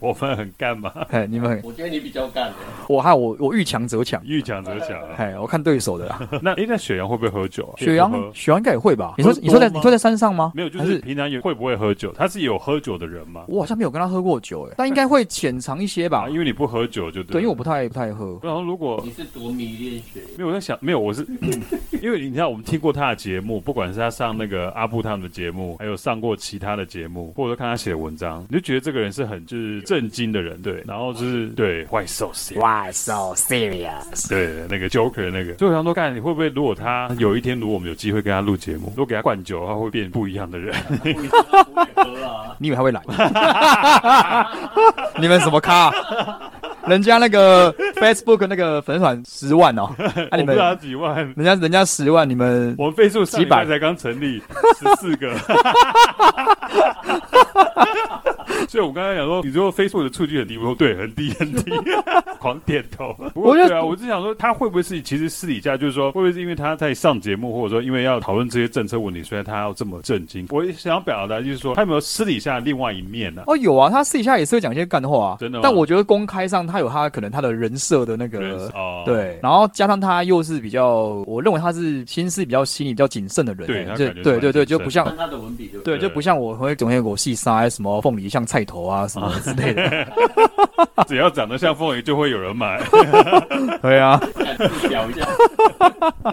Speaker 2: 我们很干嘛？
Speaker 1: 嘿，你们很，
Speaker 4: 我觉得你比较干的，
Speaker 1: 我还有我我遇强则强，哎
Speaker 2: 遇强则强 啊！
Speaker 1: 嘿，我看对手的啦。
Speaker 2: 那哎、那雪阳会不会喝酒、啊？
Speaker 1: 雪
Speaker 2: 也不喝
Speaker 1: 阳雪阳应该也会吧？你说
Speaker 2: 喝
Speaker 1: 你说
Speaker 2: 多
Speaker 1: 在
Speaker 2: 吗
Speaker 1: 你说在山上吗？
Speaker 2: 没有，就
Speaker 1: 还
Speaker 2: 是平常也会不会喝酒？他是有喝酒的人吗？
Speaker 1: 我好像没有跟他喝过酒， 哎，但应该会浅尝一些吧
Speaker 2: 啊，？因为你不喝酒就对了。
Speaker 1: 对，因为我不太不太喝。，
Speaker 2: 然后如果
Speaker 4: 你是多迷恋雪
Speaker 2: 没有我在想，没有，我是 因为你知道，我们听过他的节目，不管是他上那个阿布他们的节目，还有上过其他的节目，或者说看他写的文章，你就觉得这个人是很就是震惊的人，对，然后就是对坏兽 s
Speaker 5: Why so serious?
Speaker 2: 对那个 Joker 那个，所以我想说，干你会不会如果他有一天如果我们有机会跟他录节目，如果给他灌酒，他会变不一样的人，
Speaker 4: 你知道不会喝啊
Speaker 1: 你以为他会来？ 你们什么咖、人家那 个 Facebook 那个粉丝团十万哦，啊
Speaker 2: 我
Speaker 1: 你
Speaker 2: 不
Speaker 1: 们
Speaker 2: 知道他几万。
Speaker 1: 人家人家十万，你们
Speaker 2: 我们飞速上礼
Speaker 1: 几百
Speaker 2: 拜才刚成立，十 四个，所以我刚才想说，你说 Facebook 的数据很低，我说对，很低 很低，狂点头。不过
Speaker 1: 我觉得
Speaker 2: 对啊，我只想说，他会不会是其实私底下就是说，会不会是因为他在上节目，或者说因为要讨论这些政策问题，所以他要这么震惊？我想表达就是说，他有没有私底下另外一面呢、
Speaker 1: 哦有啊，他私底下也是会讲一些干话啊，
Speaker 2: 真的吗
Speaker 1: 但我觉得公开上他有他可能他的人设的那
Speaker 2: 认
Speaker 1: 个
Speaker 2: 识。
Speaker 1: 呃
Speaker 2: 哦，
Speaker 1: 对，然后加上他又是比较，我认为他是心思比较细腻、比较谨慎的人，欸
Speaker 2: 对他
Speaker 1: 就
Speaker 2: 感觉
Speaker 1: 对
Speaker 2: 蛮
Speaker 1: 对对，
Speaker 2: 谨
Speaker 1: 就
Speaker 2: 慎
Speaker 1: 不像
Speaker 4: 看他的文笔就
Speaker 1: 对，
Speaker 2: 对
Speaker 1: 就不像我会总结我细沙什么凤梨像菜头啊什么之类 的，
Speaker 2: 只要长得像凤梨，就会有人买。
Speaker 1: 对啊，
Speaker 4: 敢自表 一下，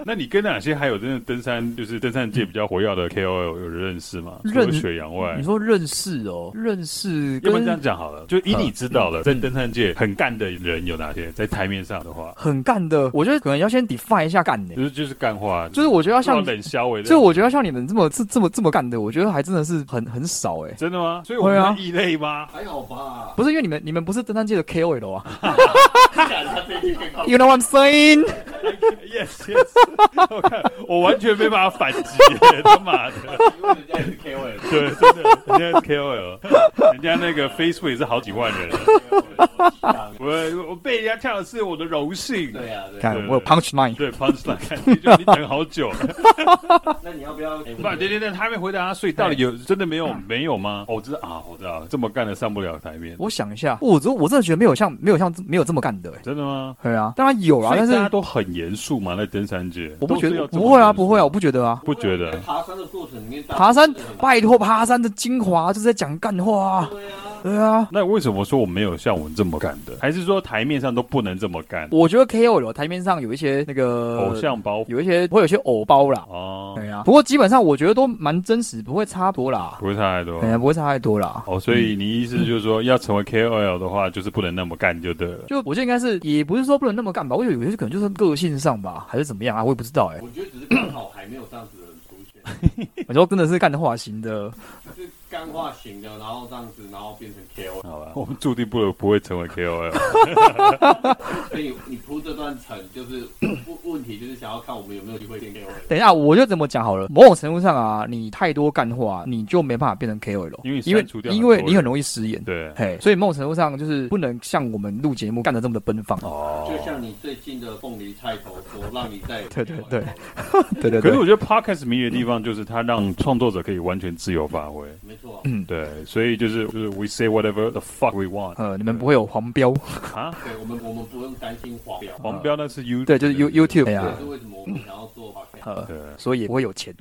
Speaker 2: 那你跟哪些还有真的登山，就是登山界比较活跃的 KOL 有认识吗？除
Speaker 1: 认
Speaker 2: 了雪阳外
Speaker 1: 你，说认识哦，认识
Speaker 2: 要不
Speaker 1: 跟嗯
Speaker 2: 然这样讲好了，就以你知道的，在登山界很干的人有哪些？在台面上的话，
Speaker 1: 很干的，我觉得可能要先 define 一下干的、
Speaker 2: 就是就是干话，
Speaker 1: 就是我觉得要像，
Speaker 2: 冷消为，
Speaker 1: 就是我觉得要像你们这么这这么这么干的，我觉得还真的是很很少哎、
Speaker 2: 真的吗？所以我
Speaker 1: 会啊
Speaker 2: 们是异类吗？
Speaker 4: 还好吧？
Speaker 1: 不是因为你们你们不是登山界的 KOL 啊
Speaker 4: 敢他最近更好，
Speaker 1: ，You know what I'm saying？
Speaker 2: yes yes，我 看我完全没办法反击， 他妈的，
Speaker 4: 因为人家也是 K O
Speaker 2: 对，真的，人家是 KOL，人家那个 Facebook 也是好几 万人，
Speaker 4: L，
Speaker 2: 我我被人家跳的是我的荣幸。
Speaker 4: 对呀、啊，对啊。
Speaker 1: 看
Speaker 2: 对
Speaker 1: 我有 punch line，
Speaker 2: 对 punchline，看你就你等好久，
Speaker 4: 那你要不要？哎
Speaker 2: 不，对对对，他没回答他，所以到底有真的没有
Speaker 1: 啊
Speaker 2: 没有吗？哦，我知道啊，我知道，这么干的上不了台面，
Speaker 1: 我想一下，我真我真的觉得没有像没有像没有这么干的、欸，
Speaker 2: 真的吗？
Speaker 1: 对啊，当然有啦，
Speaker 2: 所以
Speaker 1: 但
Speaker 2: 大家
Speaker 1: 是
Speaker 2: 都很严肃嘛，在登山界，
Speaker 1: 我不觉
Speaker 2: 都是
Speaker 1: 得
Speaker 2: 要这么
Speaker 1: 不会啊
Speaker 2: 严肃
Speaker 1: 不会啊，我不觉得啊，
Speaker 2: 不觉得
Speaker 4: 爬山的过程里面，大家
Speaker 1: 爬山
Speaker 4: 真的很
Speaker 1: 拜托爬山的精华就是在讲干话、啊，
Speaker 4: 对啊，
Speaker 1: 对啊。
Speaker 2: 那为什么说我没有像我这么干的？还是说台面上都不能这么干？
Speaker 1: 我觉得 KOL 台面上有一些那个
Speaker 2: 偶像包袱
Speaker 1: 有一些会有一些偶包啦，
Speaker 2: 哦，
Speaker 1: 对啊，不过基本上我觉得都蛮真实，不会差多啦，
Speaker 2: 不会差太多
Speaker 1: 哎。呀，不会差太多啦。
Speaker 2: 哦，所以你意思就是说，要成为 KOL 的话，就是不能那么干就对了。
Speaker 1: 就我觉得应该是，也不是说不能那么干吧，我觉得有些可能就是个性上吧，还是怎么样啊，我也不知道哎、
Speaker 4: 我觉得只是刚好还没有这样子的人出现，
Speaker 1: 我说真的是干话型的，
Speaker 4: 就是干化型的，然后这样子，然后变成 K O，
Speaker 2: 好吧，我们注定不能不会成为 KOL。
Speaker 4: 所以你铺这段层就是 问问题，就是想要看我们有没有机会变 K O。
Speaker 1: 等一下我就怎么讲好了。某种程度上啊，你太多干话，你就没办法变成 KOL，
Speaker 2: 因为你
Speaker 1: 因为
Speaker 2: 删除掉很
Speaker 1: 因
Speaker 2: 多人
Speaker 1: 为你很容易失言，
Speaker 2: 对，
Speaker 1: 嘿，所以某种程度上就是不能像我们录节目干的这么的奔放。
Speaker 2: 哦
Speaker 4: 就像你最近的凤梨菜头说，让你在
Speaker 1: 对对对， 对对
Speaker 2: 可是
Speaker 1: 对，
Speaker 2: 我觉得 podcast 迷的地方就是它让创作者可以完全自由发挥。
Speaker 4: 没错，
Speaker 2: 对，所以就是就是 we say whatever the fuck we want
Speaker 1: 呃，你们不会有黄标，
Speaker 2: 啊。
Speaker 4: 对我们我们不用担心黄标，
Speaker 2: 黄标那是 You
Speaker 1: 对，就是 You YouTube 哎呀
Speaker 4: 这，是为什么我们想要做 podcast。
Speaker 1: 呃，
Speaker 2: 对，
Speaker 1: 所以也不会有钱。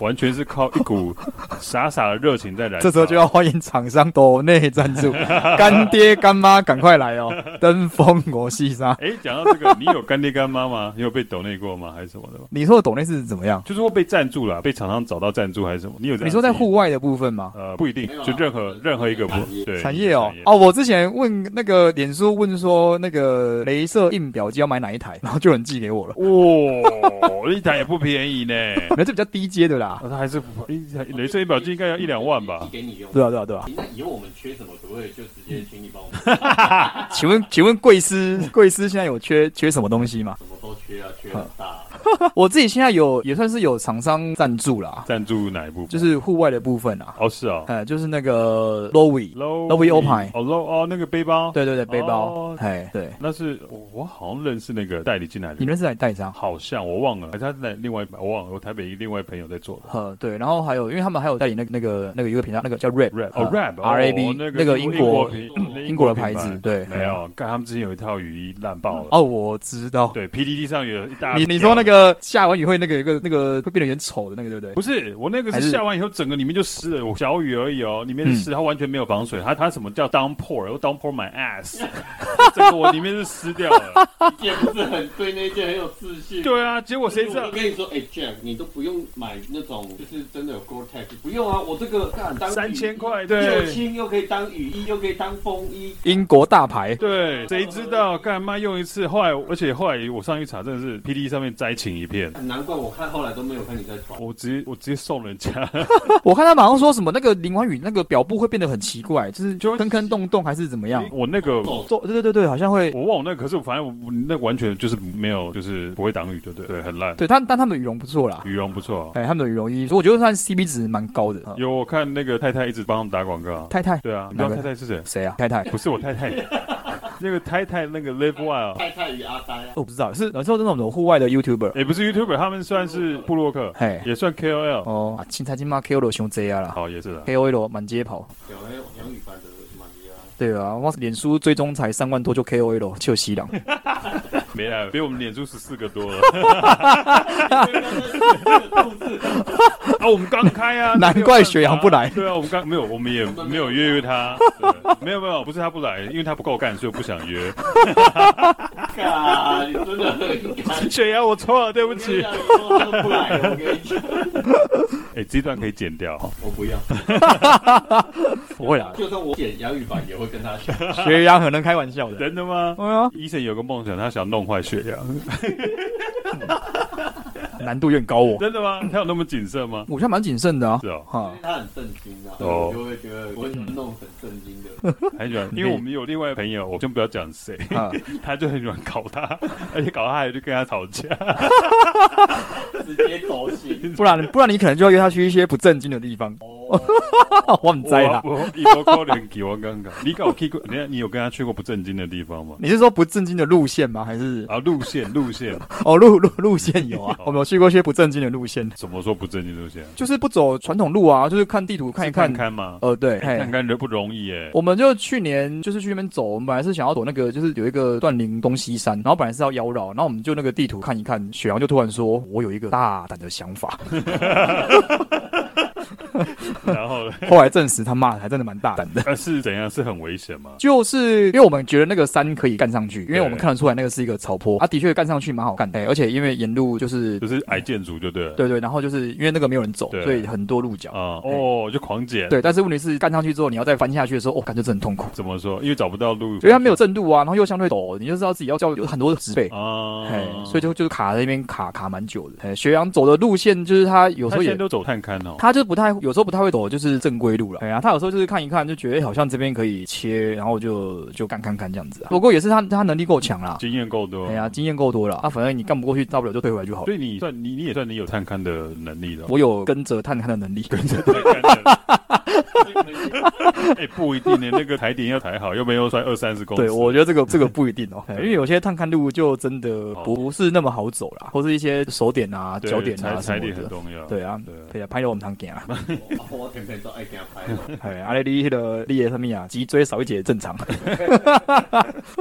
Speaker 2: 完全是靠一股傻傻的热情在燃烧。
Speaker 1: 这时候就要欢迎厂商抖内赞 助，干爹干妈赶快来哦！登峰我西沙，
Speaker 2: 哎，讲到这个，你有干爹干妈吗？你有被抖内过吗？还是什么的吗？
Speaker 1: 你说的抖内是怎么样？
Speaker 2: 就是会被赞助啦，被厂商找到赞助还是什么？你 有这样
Speaker 1: 你说在
Speaker 2: 经验
Speaker 1: 户外的部分吗？
Speaker 2: 呃不一定
Speaker 4: 没有，啦
Speaker 2: 就任何任何一个不
Speaker 4: 产业
Speaker 2: 对
Speaker 1: 产业哦
Speaker 2: 产，
Speaker 1: 哦，我之前问那个脸书问说那个镭射印表机要买哪一台，然后就有人寄给我了。
Speaker 2: 哇， 一台也不便宜呢。
Speaker 1: 那 这比较低阶的啦。
Speaker 2: 哦，它还是不一台镭射仪表镜应该要一两万吧
Speaker 4: 寄？给你用。
Speaker 1: 对啊，对啊，对啊。
Speaker 4: 那以后我们缺什么，可不可以就直
Speaker 2: 嗯
Speaker 4: 接请你帮我们？
Speaker 1: 请问，请问贵司，贵司现在有缺缺什么东西吗？
Speaker 4: 什么都缺啊，缺很大。
Speaker 1: 我自己现在有也算是有厂商赞助啦，
Speaker 2: 赞助哪一部分？
Speaker 1: 就是户外的部分啊，
Speaker 2: 哦，是哦
Speaker 1: 呃，就是那个 Lowy，
Speaker 2: ，low
Speaker 1: Low-E Opine
Speaker 2: 哦 low 哦那个背包，，
Speaker 1: 对对对，背包
Speaker 2: 哦，
Speaker 1: 哎，对，
Speaker 2: 那是我我好像认识那个代理进来的
Speaker 1: 你
Speaker 2: 人，
Speaker 1: 认识哪代商？
Speaker 2: 好像我忘了，还是他在另外一我忘了，我台北一个另外朋友在做的。
Speaker 1: 呃，对，然后还有，因为他们还有代理那个那个那个一个品牌，那个叫 Rap
Speaker 2: rap
Speaker 1: 呃
Speaker 2: 哦 rap 哦
Speaker 1: R A B
Speaker 2: 那
Speaker 1: 那个英国
Speaker 2: 品
Speaker 1: 英国的牌子，对，哎
Speaker 2: 没有，看他们之前有一套雨衣烂爆了，
Speaker 1: 哦，我知道，
Speaker 2: 对，PDD 上有一大
Speaker 1: 你
Speaker 2: 条
Speaker 1: 你说那个下完雨会那个一个那个会变得有点丑的那个，对不对？
Speaker 2: 不是我那个
Speaker 1: 还
Speaker 2: 是
Speaker 1: 是嗯
Speaker 2: 下完以后整个里面就湿了，我小雨而已哦，里面是湿，它完全没有防水，它它什么叫 downpour，又 downpour my ass，整个我里面是湿掉了，
Speaker 4: 也不是很对那一件很有自信。
Speaker 2: 对啊，结果谁知
Speaker 4: 我
Speaker 2: 道
Speaker 4: 就？跟你说，哎、j a c k 你都不用买那种，就是真的有 Gore-Tex，不用啊，我这个干当
Speaker 2: 三千块，
Speaker 4: 又
Speaker 2: 对
Speaker 4: 轻又可以当雨衣，又可以当风衣，
Speaker 1: 英国大牌，
Speaker 2: 对，谁知道干嘛用一次？后来，而且后来我上去查，真的是 P D 上面灾情一片，
Speaker 4: 难怪我看后来都没有看你在穿。
Speaker 2: 我直接我直接送人 家，
Speaker 1: 我看他马上说什么那个淋完雨那个表布会变得很奇怪，就是
Speaker 2: 就会
Speaker 1: 坑坑洞洞还是怎么样？
Speaker 2: 我那个
Speaker 4: 走
Speaker 1: 做对对对对，好像会。
Speaker 2: 我忘了那个，可是我反正我那完全就是没有，就是不会挡雨，对不对？对，很烂。
Speaker 1: 对，他但他们的羽绒不错啦，
Speaker 2: 羽绒不错，啊
Speaker 1: 哎，他们的羽绒衣，我觉得算 CP 值蛮高的。嗯
Speaker 2: 有我看那个太太一直帮我们打广告。
Speaker 1: 太太
Speaker 2: 对啊，你知道
Speaker 1: 哪
Speaker 2: 太
Speaker 1: 个
Speaker 2: 太是谁？
Speaker 1: 谁啊？太太，
Speaker 2: 不是我太太， 那个太太那个 Live Wild，
Speaker 4: 太太与阿呆啊，
Speaker 1: 我不知道，是然后那种户外的 YouTuber，
Speaker 2: 也不是 YouTuber，他们算是布洛克，
Speaker 1: 嘿，
Speaker 2: 也算 KOL。
Speaker 1: 哦，啊，青菜金妈 KOL 熊 Z 啊啦
Speaker 2: 好，也是的。
Speaker 1: ，KOL 满街跑，
Speaker 4: 有哎，杨宇凡的马尼啊，
Speaker 1: 对啊，我脸书追踪才三万多就 KOL 就西朗，
Speaker 2: 没啦，比我们脸书十四个多了。 啊，我们刚开啊，
Speaker 1: 难怪雪阳不来
Speaker 2: 对啊，我们刚没有，我们也没有约约他。对没有没有，不是他不来，因为他不够干，所以我不想约。
Speaker 4: 嘎，你真的很敢。
Speaker 2: 雪阳，我错了，对不
Speaker 4: 我跟你
Speaker 2: 起。
Speaker 4: 讲，以后都不来了，我跟你 讲，
Speaker 2: 哎，这一段可以剪掉。
Speaker 4: 我不要。
Speaker 1: 不会啦，
Speaker 4: 就算我剪杨宇凡，也会跟他讲。
Speaker 1: 雪阳很能开玩笑的，
Speaker 2: 真的吗？
Speaker 1: 哎呀，
Speaker 2: 医生有个梦想，他想弄坏雪阳。
Speaker 1: 难度有点高哦，
Speaker 2: 真的吗？他有那么谨慎吗？
Speaker 1: 我现在蛮谨慎的啊
Speaker 2: 是，哦，
Speaker 4: 因
Speaker 1: 哈
Speaker 4: 为，他很震惊啊，
Speaker 2: 哦
Speaker 4: 我就会觉得我很喜欢弄很震惊的。
Speaker 2: 很喜欢，因为我们有另外一个朋友，我先不要讲谁，
Speaker 1: 啊，
Speaker 2: 他就很喜欢搞他，而且搞他还去跟他吵架。
Speaker 4: 直接走心。
Speaker 1: 不然不然你可能就要约他去一些不正经的地方，
Speaker 4: 哦，
Speaker 1: 我很栽啦。
Speaker 2: 我我一波高连给我刚刚，你搞 K 过，你你有跟他去过不正经的地方吗？
Speaker 1: 你是说不正经的路线吗？还是
Speaker 2: 啊，哦路线路线，
Speaker 1: 哦路路路线有啊？我们有去过一些不正经的路线，
Speaker 2: 怎么说不正经路线？
Speaker 1: 就是不走传统路啊，就是看地图看一看
Speaker 2: 看，看嘛，
Speaker 1: 呃，对，嘿
Speaker 2: 看看人不容 易哎。
Speaker 1: 我们就去年就是去那边走，我们本来是想要走那个，就是有一个断林东西山，然后本来是要妖绕，然后我们就那个地图看一看，雪阳就突然说：“我有一个大胆的想法。
Speaker 2: 然后呢”
Speaker 1: 后来证实他骂的还真的蛮大胆的，
Speaker 2: 呃是怎样？是很危险吗？
Speaker 1: 就是因为我们觉得那个山可以干上去，因为
Speaker 2: 对
Speaker 1: 我们看得出来那个是一个草坡，它、啊的确干上去蛮好干的、而且因为沿路就是
Speaker 2: 就是矮建筑就对了。
Speaker 1: 对对，然后就是因为那个没有人走，
Speaker 2: 对
Speaker 1: 所以很多鹿角。
Speaker 2: 啊，哦，就狂剪。
Speaker 1: 对，但是问题是干上去之后，你要再翻下去的时候，哦，感觉真的很痛苦，
Speaker 2: 怎么说？因为找不到路，
Speaker 1: 因为它没有正度啊，然后又相对陡，你就知道自己要叫有很多的植被。
Speaker 2: 啊
Speaker 1: 哎，，所以就就卡在那边卡卡蛮久的。哎，学阳走的路线就是他有时
Speaker 2: 他
Speaker 1: 候
Speaker 2: 现在
Speaker 1: 也
Speaker 2: 都走探勘哦。
Speaker 1: 他就不太有时候不太会走就是正规路了。哎呀，他有时候就是看一看就觉得、哎好像这边可以切，然后就就干看看这样子啊。不过也是他他能力够强啦，
Speaker 2: 经验够多。
Speaker 1: 哎呀，经验够多了。他、反正你干不过去，大不了就退回来就好了。
Speaker 2: 所以你算你你也算你有探勘的能力了。
Speaker 1: 我有跟着探勘的 能力，
Speaker 2: 探勘的哎，不一定呢，那个台顶要抬好，又没有算二三十公尺。
Speaker 1: 对我觉得这个这个不一 定哦、哎因为有些探勘路就真的不不是那么好走啦，或是一些手点啊、
Speaker 2: 对
Speaker 1: 脚点
Speaker 2: 踩
Speaker 1: 啊什
Speaker 2: 踩
Speaker 1: 么
Speaker 2: 点很
Speaker 1: 的。
Speaker 2: 重要。
Speaker 1: 对啊，对啊，拍到我们堂行啊，
Speaker 4: 我偏偏都爱给他拍了。
Speaker 1: 哎，阿丽丽的丽的什么啊，脊椎少一节正常。啊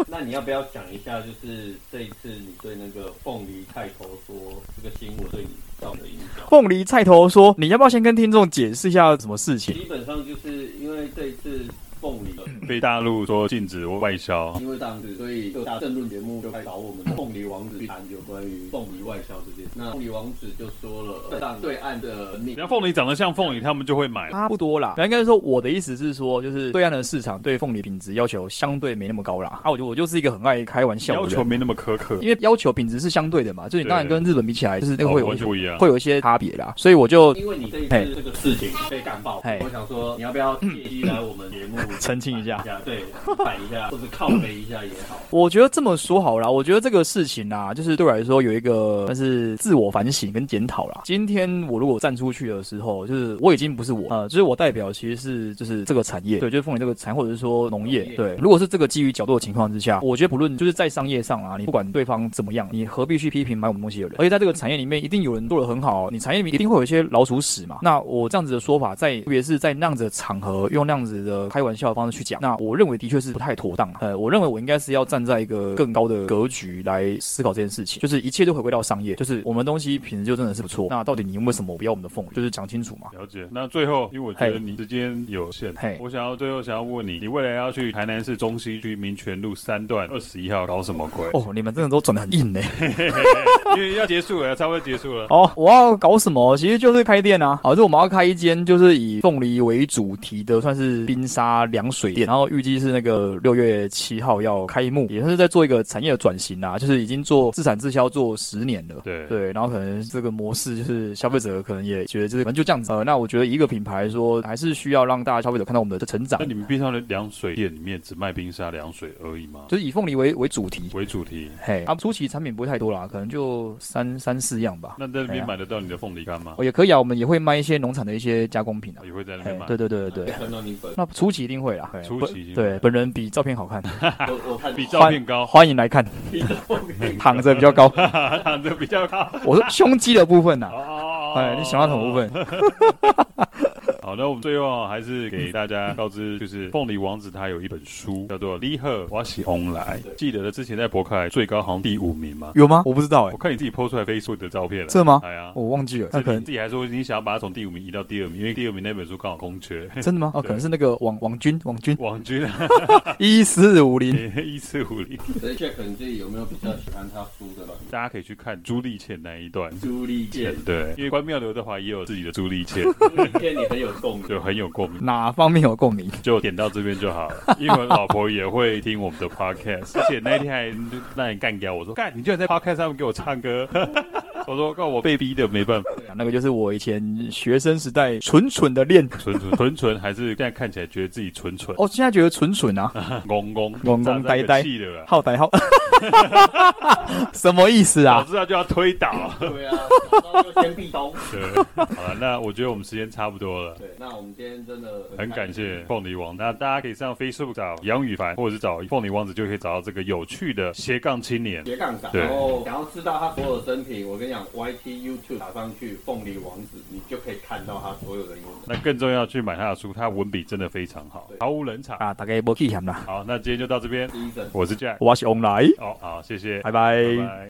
Speaker 4: 那你要不要讲一下，就是这一次你对那个凤梨太头说这个新闻对你造成的影响？
Speaker 1: 凤梨菜头说：“你要不要先跟听众解释一下什么事情
Speaker 4: 基本上就是因为这一次凤梨
Speaker 2: 被大陆说禁止外 销，
Speaker 4: 因为这样子，所以各大政论节目就开始找我们的凤梨王子去谈有关于凤梨外销这件事。那凤梨王子就说了，对岸对岸的你
Speaker 2: 只要凤梨长得像凤梨，他们就会买。
Speaker 1: 差不多啦。那应该是说我的意思是说，就是对岸的市场对凤梨品质要求相对没那么高啦。啊，我就我就是一个很爱开玩笑
Speaker 2: 要
Speaker 1: 的
Speaker 2: 求
Speaker 1: 人。啊
Speaker 2: 没那么苛刻，
Speaker 1: 因为要求品质是相对的嘛，就是你当然
Speaker 2: 对
Speaker 1: 跟日本比起来，就是那个会
Speaker 2: 哦
Speaker 1: 有
Speaker 2: 完全不一样。
Speaker 1: 会有一些差别啦，所以我就
Speaker 4: 因为你这一
Speaker 1: 嘿
Speaker 4: 次这个事情被干爆，
Speaker 1: 嘿
Speaker 4: 我想说你要不要借机来我们节目
Speaker 1: 澄清一下
Speaker 4: 反对，反一下，或者靠背一下也好。
Speaker 1: 我觉得这么说好啦，我觉得这个事情啊，就是对我来说有一个算是自我反省跟检讨啦。今天我如果站出去的时候，就是我已经不是我，呃，就是我代表其实是就是这个产业，对，就是凤梨这个产业或者是说农业
Speaker 4: 农，业
Speaker 1: 对。如果是这个基于角度的情况之下，我觉得不论就是在商业上啊，你不管对方怎么样，你何必去批评买我们东西的人？而且在这个产业里面，一定有人做的很好，你产业里面一定会有一些老鼠屎嘛。那我这样子的说法在，特别是在那样子的场合，用那样子的开玩笑的方式去讲，那我认为的确是不太妥当。呃，我认为我应该是要站在一个更高的格局来思考这件事情，就是一切都回归到商业，就是我们东西品质就真的是不错。那到底你为什么不要我们的凤梨？就是讲清楚嘛。
Speaker 2: 了解。那最后，因为我觉得
Speaker 1: 嘿
Speaker 2: 你时间有限
Speaker 1: 嘿，
Speaker 2: 我想要最后想要问你，你未来要去台南市中西区民权路三段二十一号搞什么鬼？
Speaker 1: 哦，你们真的都转的很硬欸呢、
Speaker 2: 因为要结束了，差不多结束了。
Speaker 1: 哦，我要搞什么？其实就是开店啊，好，就我们要开一间就是以凤梨为主题的，算是冰沙凉水店，然后预计是那个六月七号要开幕，也算是在做一个产业的转型啊，就是已经做自产自销做十年了。
Speaker 2: 对
Speaker 1: 对，然后可能这个模式就是消费者可能也觉得就是反正就这样子，呃，那我觉得以一个品牌来说，还是需要让大家消费者看到我们的成长
Speaker 2: 那，你们冰上的凉水店里面只卖冰沙凉水而已吗？
Speaker 1: 就是以凤梨为为主题。
Speaker 2: 为主题，
Speaker 1: 嘿，啊，初期产品不会太多啦，可能就三三四样吧。
Speaker 2: 那在那
Speaker 1: 哎呀
Speaker 2: 边买得到你的凤梨干吗？
Speaker 1: 哦，也可以啊，我们也会卖一些农产的一些加工品啊。
Speaker 2: 也会在那边
Speaker 1: 哎
Speaker 2: 买。
Speaker 1: 对对对对对。
Speaker 4: 看到你本，
Speaker 1: 那初期一定会啦，对
Speaker 2: 初
Speaker 1: 本
Speaker 2: 期一定会哦
Speaker 1: 对本人比照片好看，
Speaker 2: 啊
Speaker 4: 我我看
Speaker 2: 比照片高，
Speaker 1: 欢迎来看，
Speaker 2: 嗯
Speaker 1: 躺着比较高。
Speaker 2: 躺着比较高。
Speaker 1: 我说胸肌的部分呐、
Speaker 2: 哦
Speaker 1: 哎，你喜欢什么部？分？
Speaker 2: 好，那我们最后啊还是给大家告知，就是凤梨王子他有一本书叫做《离合我喜翁来》，记得之前在博客来最高好像第五名嘛。
Speaker 1: 有吗？我不知道哎、
Speaker 2: 我看你自己 PO 出来 Facebook 的照片了，
Speaker 1: 真的吗
Speaker 2: 哎呀，
Speaker 1: 哦我忘记了，那
Speaker 2: 那
Speaker 1: 可
Speaker 2: 可能
Speaker 1: 能
Speaker 2: 自己还说你想要把它从第五名移到第二名，因为第二名那本书刚好空缺。
Speaker 1: 真的吗？哦，
Speaker 2: 对
Speaker 1: 可能是那个网网军网军
Speaker 2: 王军啊，
Speaker 1: 一四五零，
Speaker 2: 一四五零，
Speaker 4: 所以 Jack 你自己有没有比较喜欢他输 的吧？
Speaker 2: 大家可以去看朱丽倩那一段。
Speaker 4: 朱丽倩，
Speaker 2: 对，因为关庙刘德华也有自己的朱丽倩，
Speaker 4: 朱丽倩你很有共鸣。
Speaker 2: 就很 有共鸣。
Speaker 1: 哪方面有共鸣？
Speaker 2: 就点到这边就好了，因为我老婆也会听我们的 podcast，而且那一天还让人干掉我说，干你居然在 podcast 上面给我唱歌， 我说告我被逼的没办法，
Speaker 1: 那个就是我以前学生时代蠢蠢的练，
Speaker 2: 纯纯纯纯还是现在看起来觉得自己纯纯，
Speaker 1: 哦，现在觉得蠢蠢啊，
Speaker 2: 公公
Speaker 1: 公公呆呆
Speaker 2: 气的啦，
Speaker 1: 好歹 好，什么意思
Speaker 2: 早
Speaker 1: 啊？
Speaker 2: 知道就要推倒。
Speaker 4: 对啊，那就先壁咚。
Speaker 2: 对，好了，那我觉得我们时间差不多了。
Speaker 4: 对，那我们今天真的
Speaker 2: 很感谢凤梨王，那大家可以上 Facebook 找杨宇凡，或者是找凤梨王子，就可以找到这个有趣的斜杠青年。
Speaker 4: 斜杠仔，
Speaker 2: 对
Speaker 4: 然后想要知道他所有的生平，我跟你讲，YT YouTube 打上去“凤梨王子”，你就可以看到他所有的英文。
Speaker 2: 那更重要，去买他的书，他文笔真的非常好，毫无冷场。
Speaker 1: 啊，大概不记嫌啦，
Speaker 2: 好，那今天就到这边，
Speaker 4: 第一阵。
Speaker 2: 我是 Jack。
Speaker 1: 我是翁来，
Speaker 2: 哦，好，谢谢，
Speaker 1: 拜拜
Speaker 2: 拜拜